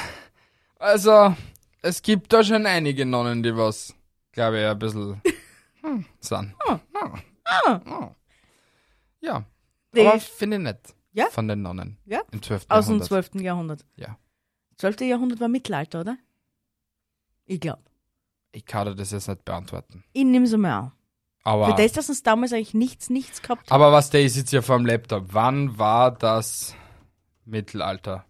Speaker 1: Also, es gibt da schon einige Nonnen, die was glaube ich, ein bisschen hm, sind.
Speaker 2: Ah,
Speaker 1: Ja,
Speaker 2: Die-
Speaker 1: aber finde ich nett.
Speaker 2: Ja?
Speaker 1: Von den Nonnen.
Speaker 2: Ja?
Speaker 1: Im 12.
Speaker 2: Aus dem
Speaker 1: Jahrhundert.
Speaker 2: 12. Jahrhundert.
Speaker 1: Ja.
Speaker 2: 12. Jahrhundert war Mittelalter, oder? Ich glaube.
Speaker 1: Ich kann dir das jetzt nicht beantworten.
Speaker 2: Ich nehme es einmal an. Für
Speaker 1: Aber,
Speaker 2: das, dass uns damals eigentlich nichts, nichts gehabt haben.
Speaker 1: aber was der ist jetzt ja vor dem Laptop. Wann war das Mittelalter?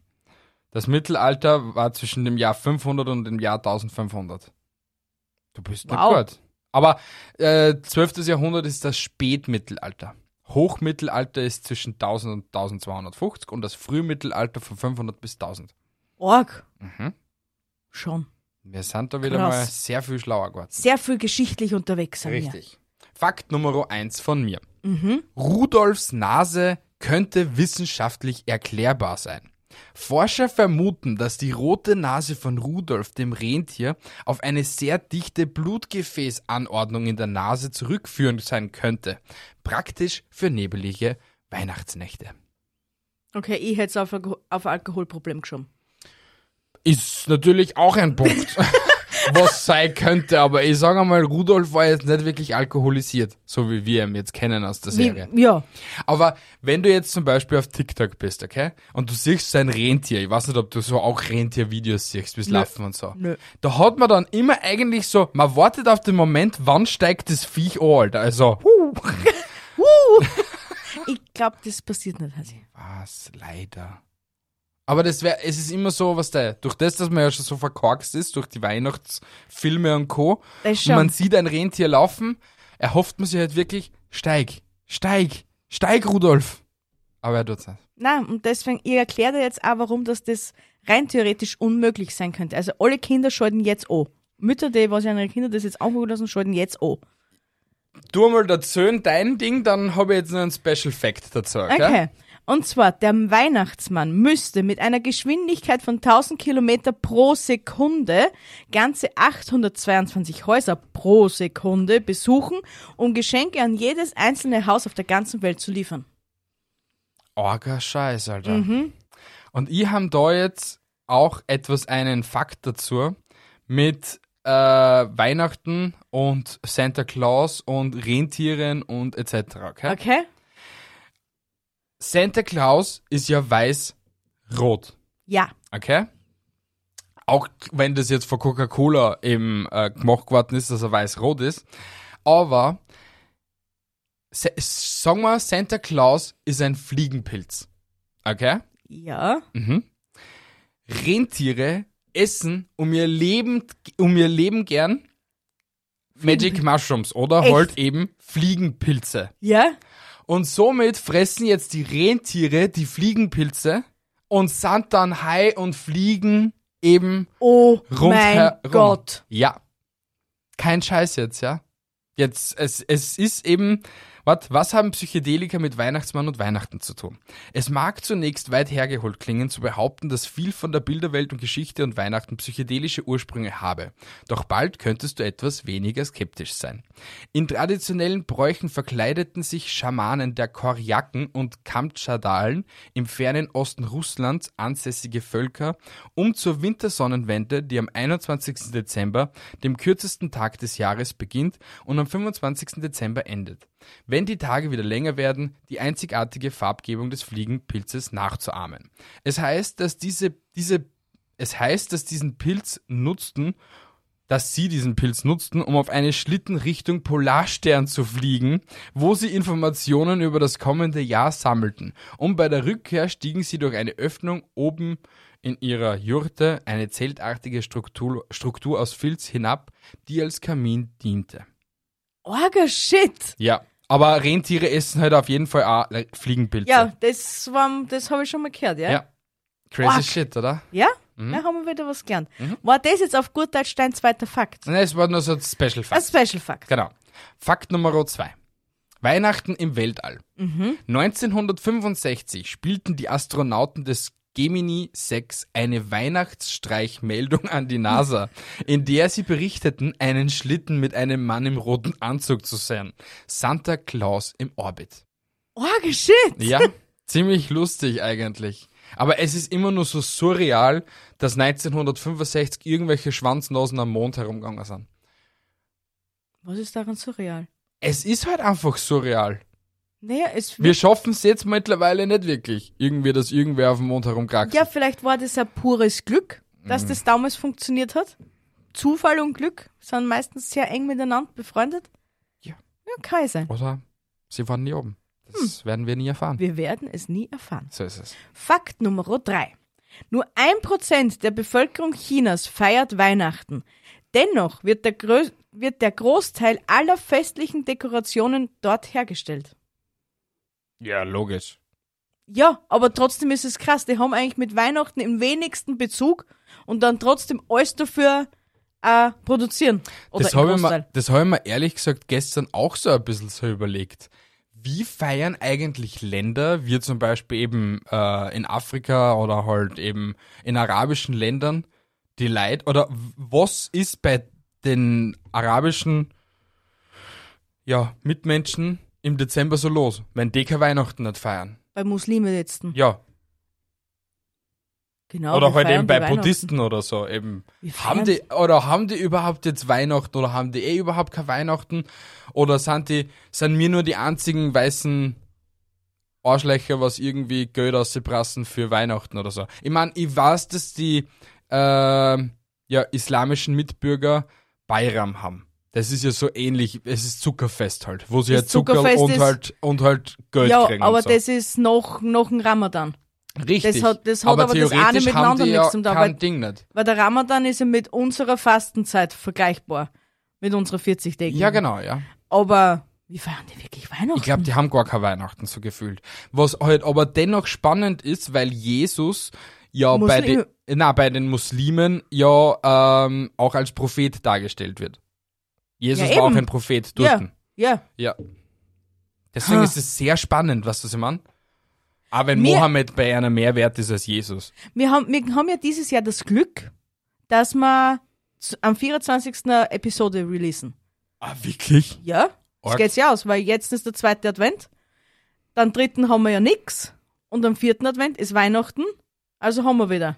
Speaker 1: Das Mittelalter war zwischen dem Jahr 500 und dem Jahr 1500. Du bist nicht
Speaker 2: Wow.
Speaker 1: gut. Aber äh, 12. Jahrhundert ist das Spätmittelalter. Hochmittelalter ist zwischen 1000 und 1250 und das Frühmittelalter von 500 bis 1000.
Speaker 2: Org.
Speaker 1: Mhm.
Speaker 2: Schon.
Speaker 1: Wir sind da wieder
Speaker 2: Krass.
Speaker 1: mal sehr viel schlauer geworden.
Speaker 2: Sehr viel geschichtlich unterwegs sind wir.
Speaker 1: Richtig. Fakt Nummer 1 von mir.
Speaker 2: Mhm.
Speaker 1: Rudolfs Nase könnte wissenschaftlich erklärbar sein. Forscher vermuten, dass die rote Nase von Rudolf dem Rentier auf eine sehr dichte Blutgefäßanordnung in der Nase zurückführen sein könnte. Praktisch für nebelige Weihnachtsnächte.
Speaker 2: Okay, ich hätte es auf, Alko- auf ein Alkoholproblem geschoben.
Speaker 1: Ist natürlich auch ein Punkt, was sein könnte, aber ich sage mal, Rudolf war jetzt nicht wirklich alkoholisiert, so wie wir ihn jetzt kennen aus der Serie.
Speaker 2: Wie, ja.
Speaker 1: Aber wenn du jetzt zum Beispiel auf TikTok bist, okay, und du siehst sein Rentier, ich weiß nicht, ob du so auch Rentiervideos siehst, wie es laufen und so.
Speaker 2: Nö.
Speaker 1: Da hat man dann immer eigentlich so, man wartet auf den Moment, wann steigt das Viech an, Alter. Also, huh.
Speaker 2: Uh. ich glaube, das passiert nicht, Hasi.
Speaker 1: was, leider. Aber das wäre, es ist immer so, was da, durch das, dass man ja schon so verkorkst ist, durch die Weihnachtsfilme und Co.,
Speaker 2: Das
Speaker 1: und
Speaker 2: schon.
Speaker 1: man sieht ein Rentier laufen, erhofft man sich halt wirklich, steig, steig, steig, Rudolf. Aber er tut's nicht.
Speaker 2: Nein, und deswegen, ich erkläre dir jetzt auch, warum das, das rein theoretisch unmöglich sein könnte. Also alle Kinder schalten jetzt an. Mütter, die was ihre Kinder das jetzt angucken lassen, schalten jetzt an.
Speaker 1: Du mal dazu dein Ding, dann habe ich jetzt noch einen Special Fact dazu. Okay.
Speaker 2: Okay. Und zwar, der Weihnachtsmann müsste mit einer Geschwindigkeit von 1000 Kilometer pro Sekunde ganze 822 Häuser pro Sekunde besuchen, um Geschenke an jedes einzelne Haus auf der ganzen Welt zu liefern.
Speaker 1: Orger Scheiß, Alter. Und ich habe da jetzt auch etwas einen Fakt dazu mit äh, Weihnachten und Santa Claus und Rentieren und etc. Okay?
Speaker 2: Okay?
Speaker 1: Santa Claus ist ja weiß-rot.
Speaker 2: Ja.
Speaker 1: Okay? Auch wenn das jetzt von Coca-Cola eben äh, gemacht worden ist, dass er weiß-rot ist. Aber sa- sagen wir, Santa Claus ist ein Fliegenpilz. Okay?
Speaker 2: Ja.
Speaker 1: Mhm. Rentiere essen um ihr Leben, um ihr Leben gern Magic Mushrooms oder
Speaker 2: Echt?
Speaker 1: halt eben Fliegenpilze.
Speaker 2: Ja.
Speaker 1: Und somit fressen jetzt die Rentiere die Fliegenpilze und sind dann high und fliegen eben
Speaker 2: Oh mein
Speaker 1: rundherum.
Speaker 2: Gott.
Speaker 1: Ja. Kein Scheiß jetzt, ja. Jetzt, es, es ist eben, wat, was haben Psychedelika mit Weihnachtsmann und Weihnachten zu tun? Es mag zunächst weit hergeholt klingen, zu behaupten, dass viel von der Bilderwelt und Geschichte und Weihnachten psychedelische Ursprünge habe. Doch bald könntest du etwas weniger skeptisch sein. In traditionellen Bräuchen verkleideten sich Schamanen der Korjaken und Kamtschadalen im fernen Osten Russlands ansässige Völker, um zur Wintersonnenwende, die am 21. Dezember, dem kürzesten Tag des Jahres, beginnt und am 25. Dezember endet. Wenn die Tage wieder länger werden, die einzigartige Farbgebung des Fliegenpilzes nachzuahmen. Es heißt, dass diese, diese, es heißt, dass diesen Pilz nutzten dass sie diesen Pilz nutzten, um auf eine Schlitten Richtung Polarstern zu fliegen, wo sie Informationen über das kommende Jahr sammelten. Und bei der Rückkehr stiegen sie durch eine Öffnung oben in ihrer Jurte eine zeltartige Struktur, Struktur aus Filz hinab, die als Kamin diente.
Speaker 2: Orger Shit.
Speaker 1: Ja, aber Rentiere essen halt auf jeden Fall auch äh, Fliegenpilze.
Speaker 2: Ja, das, war- das habe ich schon mal gehört, ja?
Speaker 1: ja. Mhm. Crazy
Speaker 2: Fuck.
Speaker 1: shit, oder?
Speaker 2: Ja? Da haben wir wieder was gelernt. War das jetzt auf gut Deutsch dein zweiter Fakt?
Speaker 1: Nein, es war nur so Mhm. ein Special Fact.
Speaker 2: Ein Special Fakt.
Speaker 1: Genau. Fakt Nummer zwei. Weihnachten im Weltall.
Speaker 2: Mhm.
Speaker 1: 1965 spielten die Astronauten des Gemini 6 eine Weihnachtsstreichmeldung an die NASA, in der sie berichteten, einen Schlitten mit einem Mann im roten Anzug zu sehen. Santa Claus im Orbit.
Speaker 2: Orger Oh, Shit.
Speaker 1: Ja, ziemlich lustig eigentlich. Aber es ist immer nur so surreal, dass 1965 irgendwelche Schwanznosen am Mond herumgegangen sind.
Speaker 2: Was ist daran surreal?
Speaker 1: Es ist halt einfach surreal.
Speaker 2: Naja, es
Speaker 1: Wir schaffen es jetzt mittlerweile nicht wirklich. Irgendwie, dass irgendwer auf dem Mond herumkraxelt.
Speaker 2: Ja, vielleicht war das ein pures Glück,
Speaker 1: Mhm.
Speaker 2: dass das damals funktioniert hat. Zufall und Glück sind meistens sehr eng miteinander befreundet.
Speaker 1: Ja.
Speaker 2: Ja, kann ja sein.
Speaker 1: Oder sie waren nie oben. Das werden wir nie erfahren.
Speaker 2: Hm. Wir werden es nie erfahren.
Speaker 1: so ist es.
Speaker 2: Fakt Nummer 3. Nur 1% der Bevölkerung Chinas feiert Weihnachten. Dennoch wird der, Grö wird der Großteil aller festlichen Dekorationen dort hergestellt.
Speaker 1: Ja, logisch.
Speaker 2: Ja, aber trotzdem ist es krass. Die haben eigentlich mit Weihnachten im wenigsten Bezug und dann trotzdem alles dafür äh, produzieren. Oder
Speaker 1: Das
Speaker 2: im
Speaker 1: habe ich,
Speaker 2: Großteil.
Speaker 1: mir- das hab ich mir ehrlich gesagt gestern auch so ein bisschen so überlegt. Wie feiern eigentlich Länder, wie zum Beispiel eben äh, in Afrika oder halt eben in arabischen Ländern, die Leid oder w- was ist bei den arabischen ja, Mitmenschen im Dezember so los, wenn die kein Weihnachten nicht feiern?
Speaker 2: Bei Muslime letzten.
Speaker 1: Ja,
Speaker 2: Genau.
Speaker 1: oder
Speaker 2: wir
Speaker 1: halt
Speaker 2: feiern
Speaker 1: eben
Speaker 2: die
Speaker 1: bei
Speaker 2: Weihnachten.
Speaker 1: Buddhisten oder so eben.
Speaker 2: Wir
Speaker 1: Haben
Speaker 2: feiern's.
Speaker 1: die, oder haben die überhaupt jetzt Weihnachten oder haben die eh überhaupt kein Weihnachten? Oder sind die, sind mir nur die einzigen weißen Arschlöcher, was irgendwie Geld auszuprassen für Weihnachten oder so? Ich meine, ich weiß, dass die ähm, ja, islamischen Mitbürger Bayram haben. Das ist ja so ähnlich, es ist Zuckerfest halt, wo sie
Speaker 2: Das
Speaker 1: halt Zucker
Speaker 2: Zuckerfest
Speaker 1: und
Speaker 2: ist-
Speaker 1: halt, und halt Geld
Speaker 2: Ja,
Speaker 1: kriegen.
Speaker 2: aber
Speaker 1: und so.
Speaker 2: das ist noch, noch ein Ramadan.
Speaker 1: Richtig.
Speaker 2: das hat- das hat aber das eine
Speaker 1: theoretisch
Speaker 2: mit dem
Speaker 1: haben
Speaker 2: anderen
Speaker 1: die
Speaker 2: nichts
Speaker 1: ja
Speaker 2: zu tun,
Speaker 1: Kein
Speaker 2: weil-
Speaker 1: Ding nicht.
Speaker 2: Weil der Ramadan ist ja mit unserer Fastenzeit vergleichbar. Mit unserer 40 Tagen.
Speaker 1: Ja, genau, ja.
Speaker 2: Aber wie feiern die wirklich Weihnachten?
Speaker 1: Ich glaube, die haben gar kein Weihnachten so gefühlt. Was halt aber dennoch spannend ist, weil Jesus ja bei den,
Speaker 2: Muslime.
Speaker 1: na, bei den Muslimen ja ähm, auch als Prophet dargestellt wird. Jesus
Speaker 2: Ja,
Speaker 1: war auch
Speaker 2: eben.
Speaker 1: ein Prophet
Speaker 2: ja,
Speaker 1: dort.
Speaker 2: ja.
Speaker 1: Ja. Deswegen
Speaker 2: Ha.
Speaker 1: ist es sehr spannend, was das ich meine. Aber wenn
Speaker 2: Mir-
Speaker 1: Mohammed bei einer mehr wert ist als Jesus.
Speaker 2: Wir haben, wir haben ja dieses Jahr das Glück, dass wir z- am 24. eine Episode releasen.
Speaker 1: Ah, wirklich?
Speaker 2: Ja, das
Speaker 1: Arg.
Speaker 2: geht's ja aus, weil jetzt ist der zweite Advent. Dann dritten haben wir ja nix. Und am vierten Advent ist Weihnachten. Also haben wir wieder.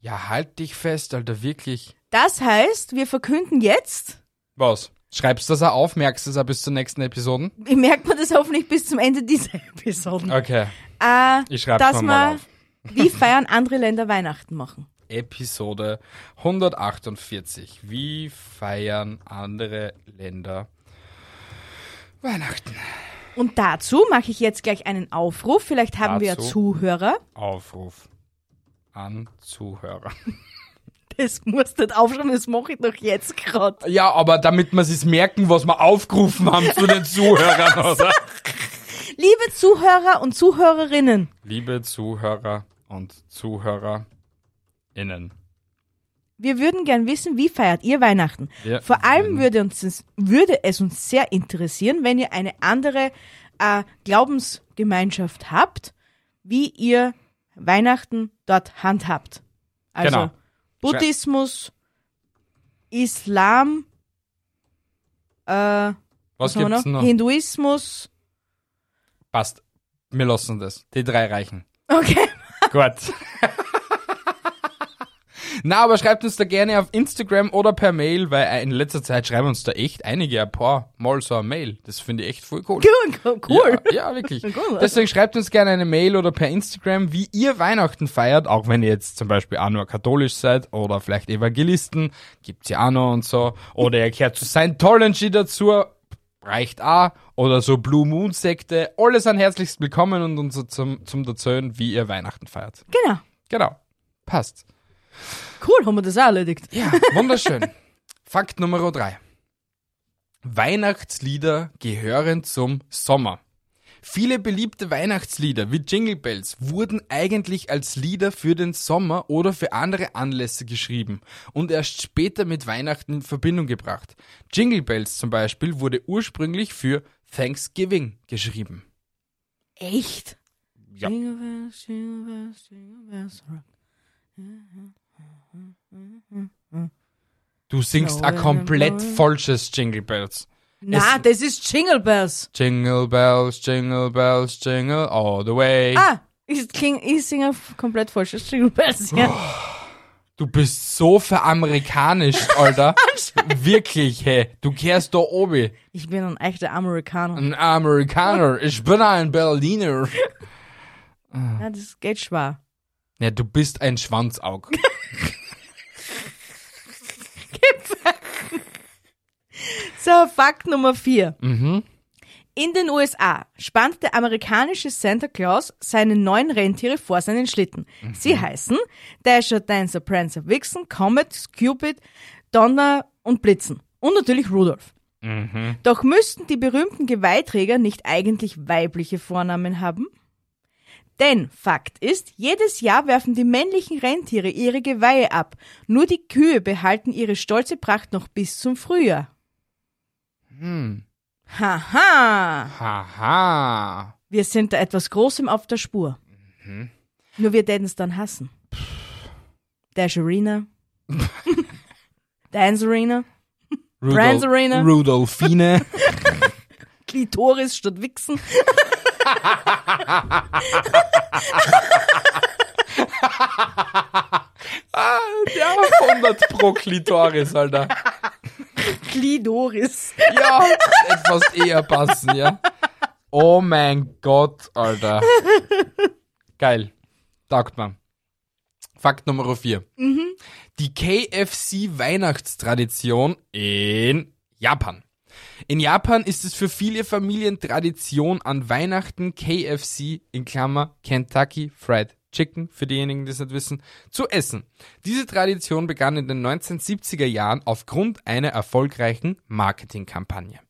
Speaker 1: Ja, halt dich fest, Alter, wirklich.
Speaker 2: Das heißt, wir verkünden jetzt,
Speaker 1: Was? Schreibst du das auch auf, merkst du das auch bis zur nächsten Episode?
Speaker 2: ich merke mir das hoffentlich bis zum Ende dieser Episode,
Speaker 1: Okay,
Speaker 2: äh,
Speaker 1: ich schreibe
Speaker 2: dass
Speaker 1: es mal
Speaker 2: wir,
Speaker 1: auf.
Speaker 2: wie feiern andere Länder Weihnachten machen.
Speaker 1: Episode 148. Wie feiern andere Länder Weihnachten?
Speaker 2: Und dazu mache ich jetzt gleich einen Aufruf. Vielleicht haben wir ja
Speaker 1: Dazu?
Speaker 2: Zuhörer.
Speaker 1: Aufruf an Zuhörer.
Speaker 2: Das musst du nicht aufschreiben, das mache ich doch jetzt gerade.
Speaker 1: Ja, aber damit wir es merken, was wir aufgerufen haben zu den Zuhörern, oder?
Speaker 2: Liebe Zuhörer und Zuhörerinnen,
Speaker 1: Liebe Zuhörer und ZuhörerInnen.
Speaker 2: wir würden gern wissen, wie feiert ihr Weihnachten?
Speaker 1: Wir
Speaker 2: Vor allem
Speaker 1: würden-
Speaker 2: würde, uns, würde es uns sehr interessieren, wenn ihr eine andere äh, Glaubensgemeinschaft habt, wie ihr Weihnachten dort handhabt. Also
Speaker 1: Genau.
Speaker 2: Buddhismus, Islam, äh,
Speaker 1: Was
Speaker 2: haben wir
Speaker 1: gibt's noch?
Speaker 2: Hinduismus.
Speaker 1: Passt. Wir lassen das. Die drei reichen.
Speaker 2: Okay.
Speaker 1: Gut. Na, aber schreibt uns da gerne auf Instagram oder per Mail, weil äh, in letzter Zeit schreiben uns da echt einige ein paar Mal so eine Mail. Das finde ich echt voll cool.
Speaker 2: Cool. cool.
Speaker 1: Ja, ja wirklich.
Speaker 2: Cool.
Speaker 1: Deswegen schreibt uns gerne eine Mail oder per Instagram, wie ihr Weihnachten feiert, auch wenn ihr jetzt zum Beispiel auch nur katholisch seid oder vielleicht Evangelisten, gibt's ja auch noch und so. Oder ihr gehört zu Scientology dazu, reicht auch. Oder so Blue Moon Sekte. Alles an herzlichst willkommen und uns so zum, zum Dazöhn, wie ihr Weihnachten feiert.
Speaker 2: Genau.
Speaker 1: Genau. Passt.
Speaker 2: Cool, haben wir das auch erledigt.
Speaker 1: Ja, wunderschön. Fakt Nummer drei. Weihnachtslieder gehören zum Sommer. Viele beliebte Weihnachtslieder wie Jingle Bells wurden eigentlich als Lieder für den Sommer oder für andere Anlässe geschrieben und erst später mit Weihnachten in Verbindung gebracht. Jingle Bells zum Beispiel wurde ursprünglich für Thanksgiving geschrieben.
Speaker 2: Echt?
Speaker 1: Ja.
Speaker 2: Jingle bells, jingle bells, jingle bells rock.
Speaker 1: Du singst ein komplett falsches Jingle Bells.
Speaker 2: Na, das ist Jingle Bells.
Speaker 1: Jingle Bells, Jingle Bells, Jingle all the way.
Speaker 2: Ah, ich, kling, ich singe f- komplett falsches Jingle Bells. Ja.
Speaker 1: Du bist so veramerikanisch, Alter. Wirklich, hey. Du kehrst da oben.
Speaker 2: Ich bin ein echter Amerikaner.
Speaker 1: Ein Amerikaner. Ich bin ein Berliner.
Speaker 2: Ja, das geht schwer.
Speaker 1: Ja, du bist ein Schwanzaug.
Speaker 2: So, Fakt Nummer 4.
Speaker 1: Mhm.
Speaker 2: In den USA spannt der amerikanische Santa Claus seine neun Rentiere vor seinen Schlitten. Sie heißen Dasher, Dancer, Prancer, Vixen, Comet, Cupid, Donner und Blitzen. Und natürlich Rudolf.
Speaker 1: Mhm.
Speaker 2: Doch müssten die berühmten Geweihträger nicht eigentlich weibliche Vornamen haben? Denn Fakt ist, jedes Jahr werfen die männlichen Rentiere ihre Geweihe ab. Nur die Kühe behalten ihre stolze Pracht noch bis zum Frühjahr.
Speaker 1: Hm.
Speaker 2: Haha!
Speaker 1: Haha.
Speaker 2: Wir sind da etwas Großem auf der Spur.
Speaker 1: Mhm.
Speaker 2: Nur wir werden es dann hassen. Der Sharina. Dancerina.
Speaker 1: Rudol-
Speaker 2: Prancerina.
Speaker 1: Rudolfine.
Speaker 2: Klitoris statt Wichsen.
Speaker 1: Ah, ja, 100 pro Klitoris, Alter.
Speaker 2: Klidoris.
Speaker 1: Ja, etwas eher passen, ja. Oh mein Gott, Alter. Geil. Taugt man. Fakt Nummer 4. Die KFC-Weihnachtstradition in Japan. In Japan ist es für viele Familien Tradition, an Weihnachten KFC in Klammer Kentucky Fried Chicken, für diejenigen, die es nicht wissen, zu essen. Diese Tradition begann in den 1970er Jahren aufgrund einer erfolgreichen Marketingkampagne.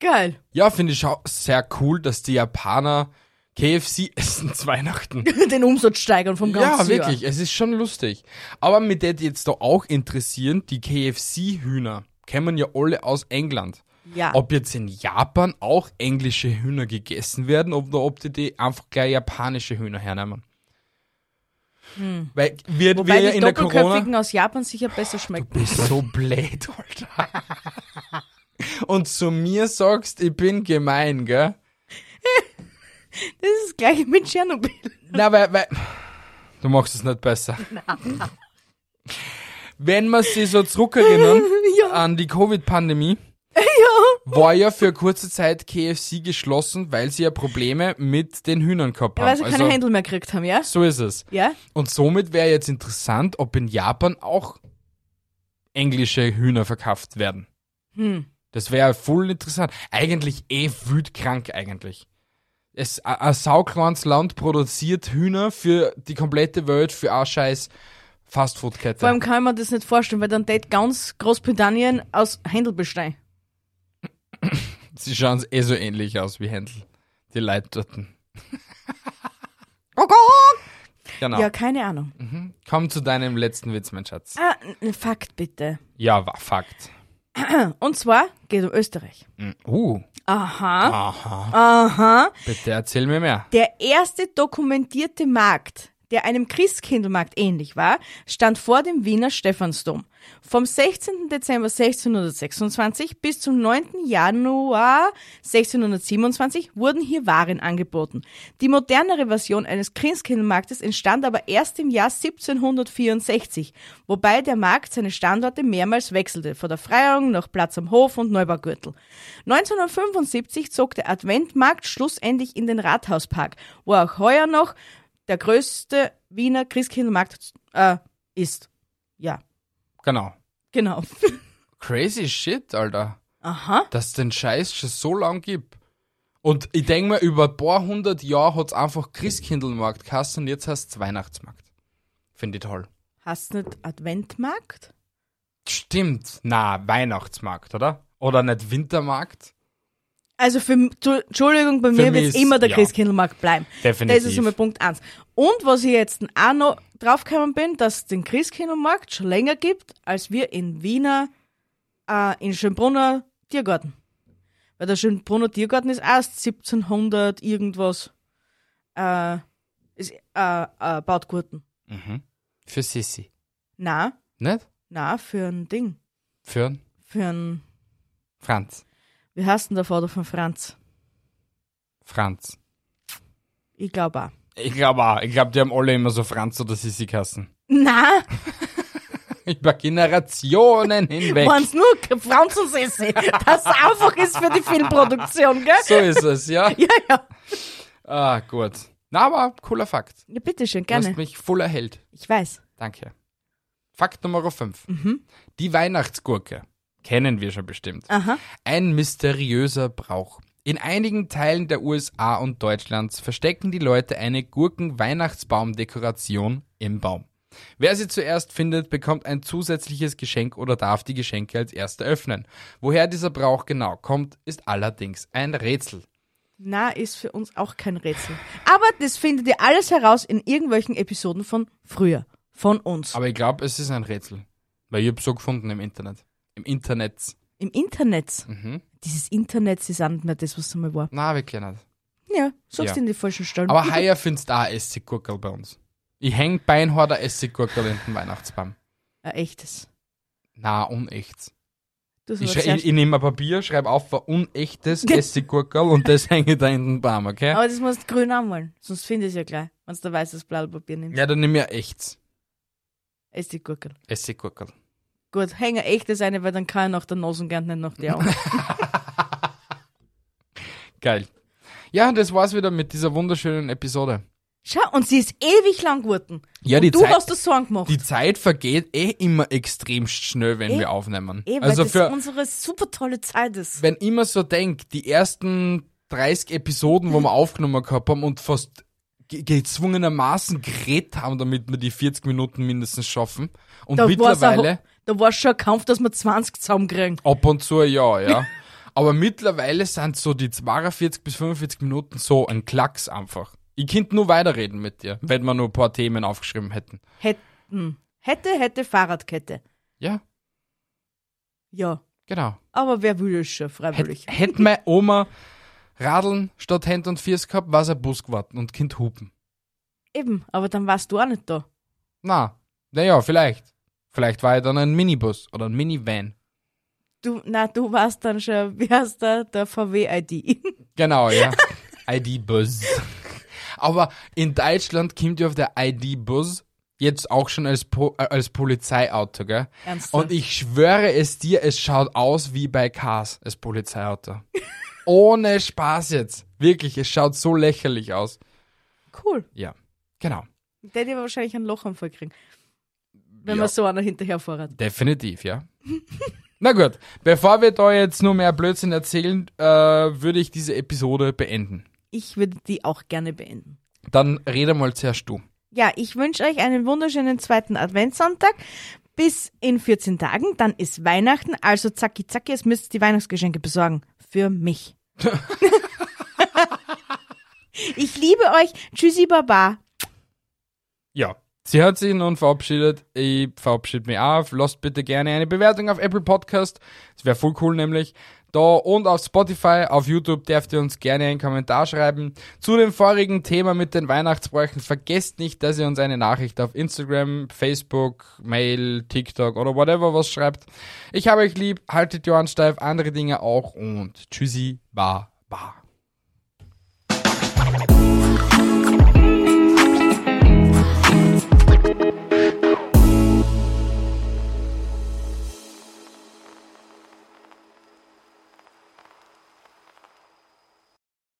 Speaker 2: Geil.
Speaker 1: Ja, finde ich auch sehr cool, dass die Japaner KFC essen zu Weihnachten.
Speaker 2: Den Umsatz steigern vom ganzen
Speaker 1: Ja, wirklich, es ist schon lustig. Aber mit der jetzt da auch interessieren, die KFC-Hühner kennen ja alle aus England.
Speaker 2: Jahr. Ja.
Speaker 1: Ob jetzt in Japan auch englische Hühner gegessen werden oder ob die, die einfach gleich japanische Hühner hernehmen. Weil wir, wir
Speaker 2: Hm. Wobei
Speaker 1: ja
Speaker 2: die
Speaker 1: in der Corona
Speaker 2: Doppelköpfigen aus Japan sicher besser schmecken.
Speaker 1: bist so blöd, Alter. Und zu mir sagst, ich bin gemein, gell?
Speaker 2: Das ist das gleiche mit Tschernobyl.
Speaker 1: Na, weil, weil du machst es nicht besser. Wenn man sich so zurückerinnern
Speaker 2: Ja.
Speaker 1: an die Covid-Pandemie, war ja für kurze Zeit KFC geschlossen, weil sie ja Probleme mit den Hühnern gehabt haben. Also,
Speaker 2: Weil sie keine Händel mehr gekriegt haben, ja?
Speaker 1: so ist es.
Speaker 2: Ja?
Speaker 1: Und somit wäre jetzt interessant, ob in Japan auch englische Hühner verkauft werden.
Speaker 2: Hm.
Speaker 1: Das wäre voll interessant. Eigentlich eh wütkrank eigentlich. Es, a- ein saukleines Land produziert Hühner für die komplette Welt für eine scheiß Fastfood-Kette.
Speaker 2: Vor allem kann man das nicht vorstellen, weil dann date ganz Großbritannien aus Händel bestehen.
Speaker 1: Sie schauen eh so ähnlich aus wie Händel. Die Leute dort. Genau.
Speaker 2: Ja, keine Ahnung.
Speaker 1: Komm zu deinem letzten Witz, mein Schatz.
Speaker 2: Ah, ein Fakt bitte.
Speaker 1: Ja, war Fakt.
Speaker 2: Und zwar geht um Österreich.
Speaker 1: Uh,
Speaker 2: Aha.
Speaker 1: aha.
Speaker 2: Ah. Aha.
Speaker 1: Bitte erzähl mir mehr.
Speaker 2: Der erste dokumentierte Markt, der einem Christkindlmarkt ähnlich war, stand vor dem Wiener Stephansdom. Vom 16. Dezember 1626 bis zum 9. Januar 1627 wurden hier Waren angeboten. Die modernere Version eines Christkindlmarktes entstand aber erst im Jahr 1764, wobei der Markt seine Standorte mehrmals wechselte, von der Freiung nach Platz am Hof und Neubaugürtel. 1975 zog der Adventmarkt schlussendlich in den Rathauspark, wo auch heuer noch der größte Wiener Christkindlmarkt äh, ist. Ja,
Speaker 1: Genau.
Speaker 2: genau.
Speaker 1: Crazy shit, Alter.
Speaker 2: Aha.
Speaker 1: dass den Scheiß schon so lang gibt. Und ich denke mir, über ein paar hundert Jahre hat's einfach Christkindlmarkt geheißen und jetzt heißt es Weihnachtsmarkt. Finde ich toll.
Speaker 2: Hast nicht Adventmarkt?
Speaker 1: Stimmt. Na, Weihnachtsmarkt, oder? Oder nicht Wintermarkt?
Speaker 2: Also für, m- tu- Entschuldigung, bei
Speaker 1: Für
Speaker 2: mir
Speaker 1: mich
Speaker 2: wird
Speaker 1: ist-
Speaker 2: immer der
Speaker 1: ja.
Speaker 2: Christkindlmarkt bleiben.
Speaker 1: Definitiv.
Speaker 2: Das ist einmal Punkt eins. Und was ich jetzt auch noch draufgekommen bin, dass es den Christkindlmarkt schon länger gibt, als wir in Wiener, äh, in Schönbrunner Tiergarten. Weil der Schönbrunner Tiergarten ist erst 1700 irgendwas äh, ist, äh, äh, baut Gurten.
Speaker 1: Mhm. Für Sissi.
Speaker 2: Na,
Speaker 1: Nicht?
Speaker 2: na, für ein Ding.
Speaker 1: Für
Speaker 2: Für ein,
Speaker 1: Franz.
Speaker 2: wie heißt denn der Vater von Franz?
Speaker 1: Franz.
Speaker 2: Ich glaube auch.
Speaker 1: Ich glaube auch. Ich glaube, die haben alle immer so Franz oder Sissi kassen.
Speaker 2: Na,
Speaker 1: über Generationen hinweg.
Speaker 2: Waren's nur Franz Sissi, das einfach ist für die Filmproduktion, gell?
Speaker 1: So ist es, ja.
Speaker 2: Ja, ja.
Speaker 1: Ah, gut. Na, aber cooler Fakt.
Speaker 2: Ja, bitteschön,
Speaker 1: Du hast
Speaker 2: gerne.
Speaker 1: mich voll erhellt.
Speaker 2: Ich weiß.
Speaker 1: Danke. Fakt Nummer 5. Die Weihnachtsgurke. Kennen wir schon bestimmt.
Speaker 2: Aha.
Speaker 1: Ein mysteriöser Brauch. In einigen Teilen der USA und Deutschlands verstecken die Leute eine Gurken-Weihnachtsbaum-Dekoration im Baum. Wer sie zuerst findet, bekommt ein zusätzliches Geschenk oder darf die Geschenke als erster öffnen. Woher dieser Brauch genau kommt, ist allerdings ein Rätsel.
Speaker 2: Na, ist für uns auch kein Rätsel. Aber das findet ihr alles heraus in irgendwelchen Episoden von früher. Von uns.
Speaker 1: Aber ich glaube, es ist ein Rätsel. Weil ich habe so gefunden im Internet. Im Internet.
Speaker 2: Im Internet.
Speaker 1: Mhm.
Speaker 2: Dieses Internet ist auch nicht mehr das, was es einmal war.
Speaker 1: Na, wirklich nicht.
Speaker 2: Ja, suchst
Speaker 1: Ja.
Speaker 2: in die falschen Stellen.
Speaker 1: Aber heuer findest du auch Essiggurkel bei uns. Ich häng beinharder Essiggurkel in den Weihnachtsbaum.
Speaker 2: Ein echtes.
Speaker 1: Na, unechts.
Speaker 2: Du hast
Speaker 1: Ich,
Speaker 2: aber
Speaker 1: schrei-
Speaker 2: zuerst-
Speaker 1: ich, ich nehme ein Papier, schreibe auf, war unechtes Essiggurkel und das hänge ich da in den Baum, okay?
Speaker 2: aber das musst du grün anmalen, sonst findest du es ja gleich, wenn du da weißes blaue Papier nimmst.
Speaker 1: Ja, dann nehme ich ein echtes
Speaker 2: Ist die Gurke.
Speaker 1: Essiggurkel.
Speaker 2: Gut, hänge echt das eine, weil dann kann er nach der Nase und gar nicht nach die Augen.
Speaker 1: Geil. Ja, das war's wieder mit dieser wunderschönen Episode.
Speaker 2: Schau, und sie ist ewig lang geworden.
Speaker 1: Ja,
Speaker 2: und
Speaker 1: die
Speaker 2: du
Speaker 1: Zeit-
Speaker 2: hast das Song gemacht.
Speaker 1: Die Zeit vergeht eh immer extremst schnell, wenn
Speaker 2: Eh,
Speaker 1: wir aufnehmen.
Speaker 2: Eh, weil
Speaker 1: also
Speaker 2: das
Speaker 1: für,
Speaker 2: unsere super tolle Zeit ist.
Speaker 1: wenn ich mir so denke, die ersten 30 Episoden, wo wir aufgenommen gehabt haben und fast ge- gezwungenermaßen geredet haben, damit wir die 40 Minuten mindestens schaffen. Und
Speaker 2: Da war's
Speaker 1: mittlerweile,
Speaker 2: auch- Da war schon ein Kampf, dass wir 20 zusammenkriegen.
Speaker 1: ab und zu ja, ja. Aber mittlerweile sind so die 42 bis 45 Minuten so ein Klacks einfach. Ich könnte nur weiterreden mit dir, wenn wir nur ein paar Themen aufgeschrieben hätten.
Speaker 2: Hätten. Hätte, hätte Fahrradkette.
Speaker 1: Ja,
Speaker 2: Ja.
Speaker 1: genau.
Speaker 2: Aber wer will es schon,
Speaker 1: Hätte
Speaker 2: freiwillig.
Speaker 1: hätt meine Oma Radeln statt Händ und Fiers gehabt, war's ein Bus geworden und Kind hupen.
Speaker 2: Eben, aber dann warst du auch nicht da.
Speaker 1: Na, naja, vielleicht. Vielleicht war ich dann ein Minibus oder ein Minivan.
Speaker 2: Du, na, du warst dann schon, wie heißt der, der VW-ID.
Speaker 1: Genau, ja. ID-Bus. Aber in Deutschland kommt ja auf der ID-Bus jetzt auch schon als, po äh, als Polizeiauto, gell?
Speaker 2: Ernsthaft?
Speaker 1: Und ich schwöre es dir, es schaut aus wie bei Cars, das Polizeiauto. Ohne Spaß jetzt. Wirklich, es schaut so lächerlich aus.
Speaker 2: Cool.
Speaker 1: Ja, genau.
Speaker 2: Der hätte aber wahrscheinlich einen Lochanfall kriegen, wenn
Speaker 1: Ja.
Speaker 2: man so einer hinterher fährt.
Speaker 1: Definitiv, ja. Na gut, bevor wir da jetzt nur mehr Blödsinn erzählen, äh, würde ich diese Episode beenden.
Speaker 2: Ich würde die auch gerne beenden.
Speaker 1: Dann rede mal zuerst du.
Speaker 2: Ja, ich wünsche euch einen wunderschönen zweiten Adventssonntag. Bis in 14 Tagen, dann ist Weihnachten. Also zacki zacki, es müsst ihr die Weihnachtsgeschenke besorgen. Für mich. ich liebe euch. Tschüssi, Baba.
Speaker 1: Ja. Sie hat sich nun verabschiedet. Ich verabschiede mich auf. Lasst bitte gerne eine Bewertung auf Apple Podcast. Das wäre voll cool nämlich. Da und auf Spotify, auf YouTube dürft ihr uns gerne einen Kommentar schreiben. Zu dem vorigen Thema mit den Weihnachtsbräuchen vergesst nicht, dass ihr uns eine Nachricht auf Instagram, Facebook, Mail, TikTok oder whatever was schreibt. Ich habe euch lieb, haltet die Ohren steif, andere Dinge auch und tschüssi, ba, ba.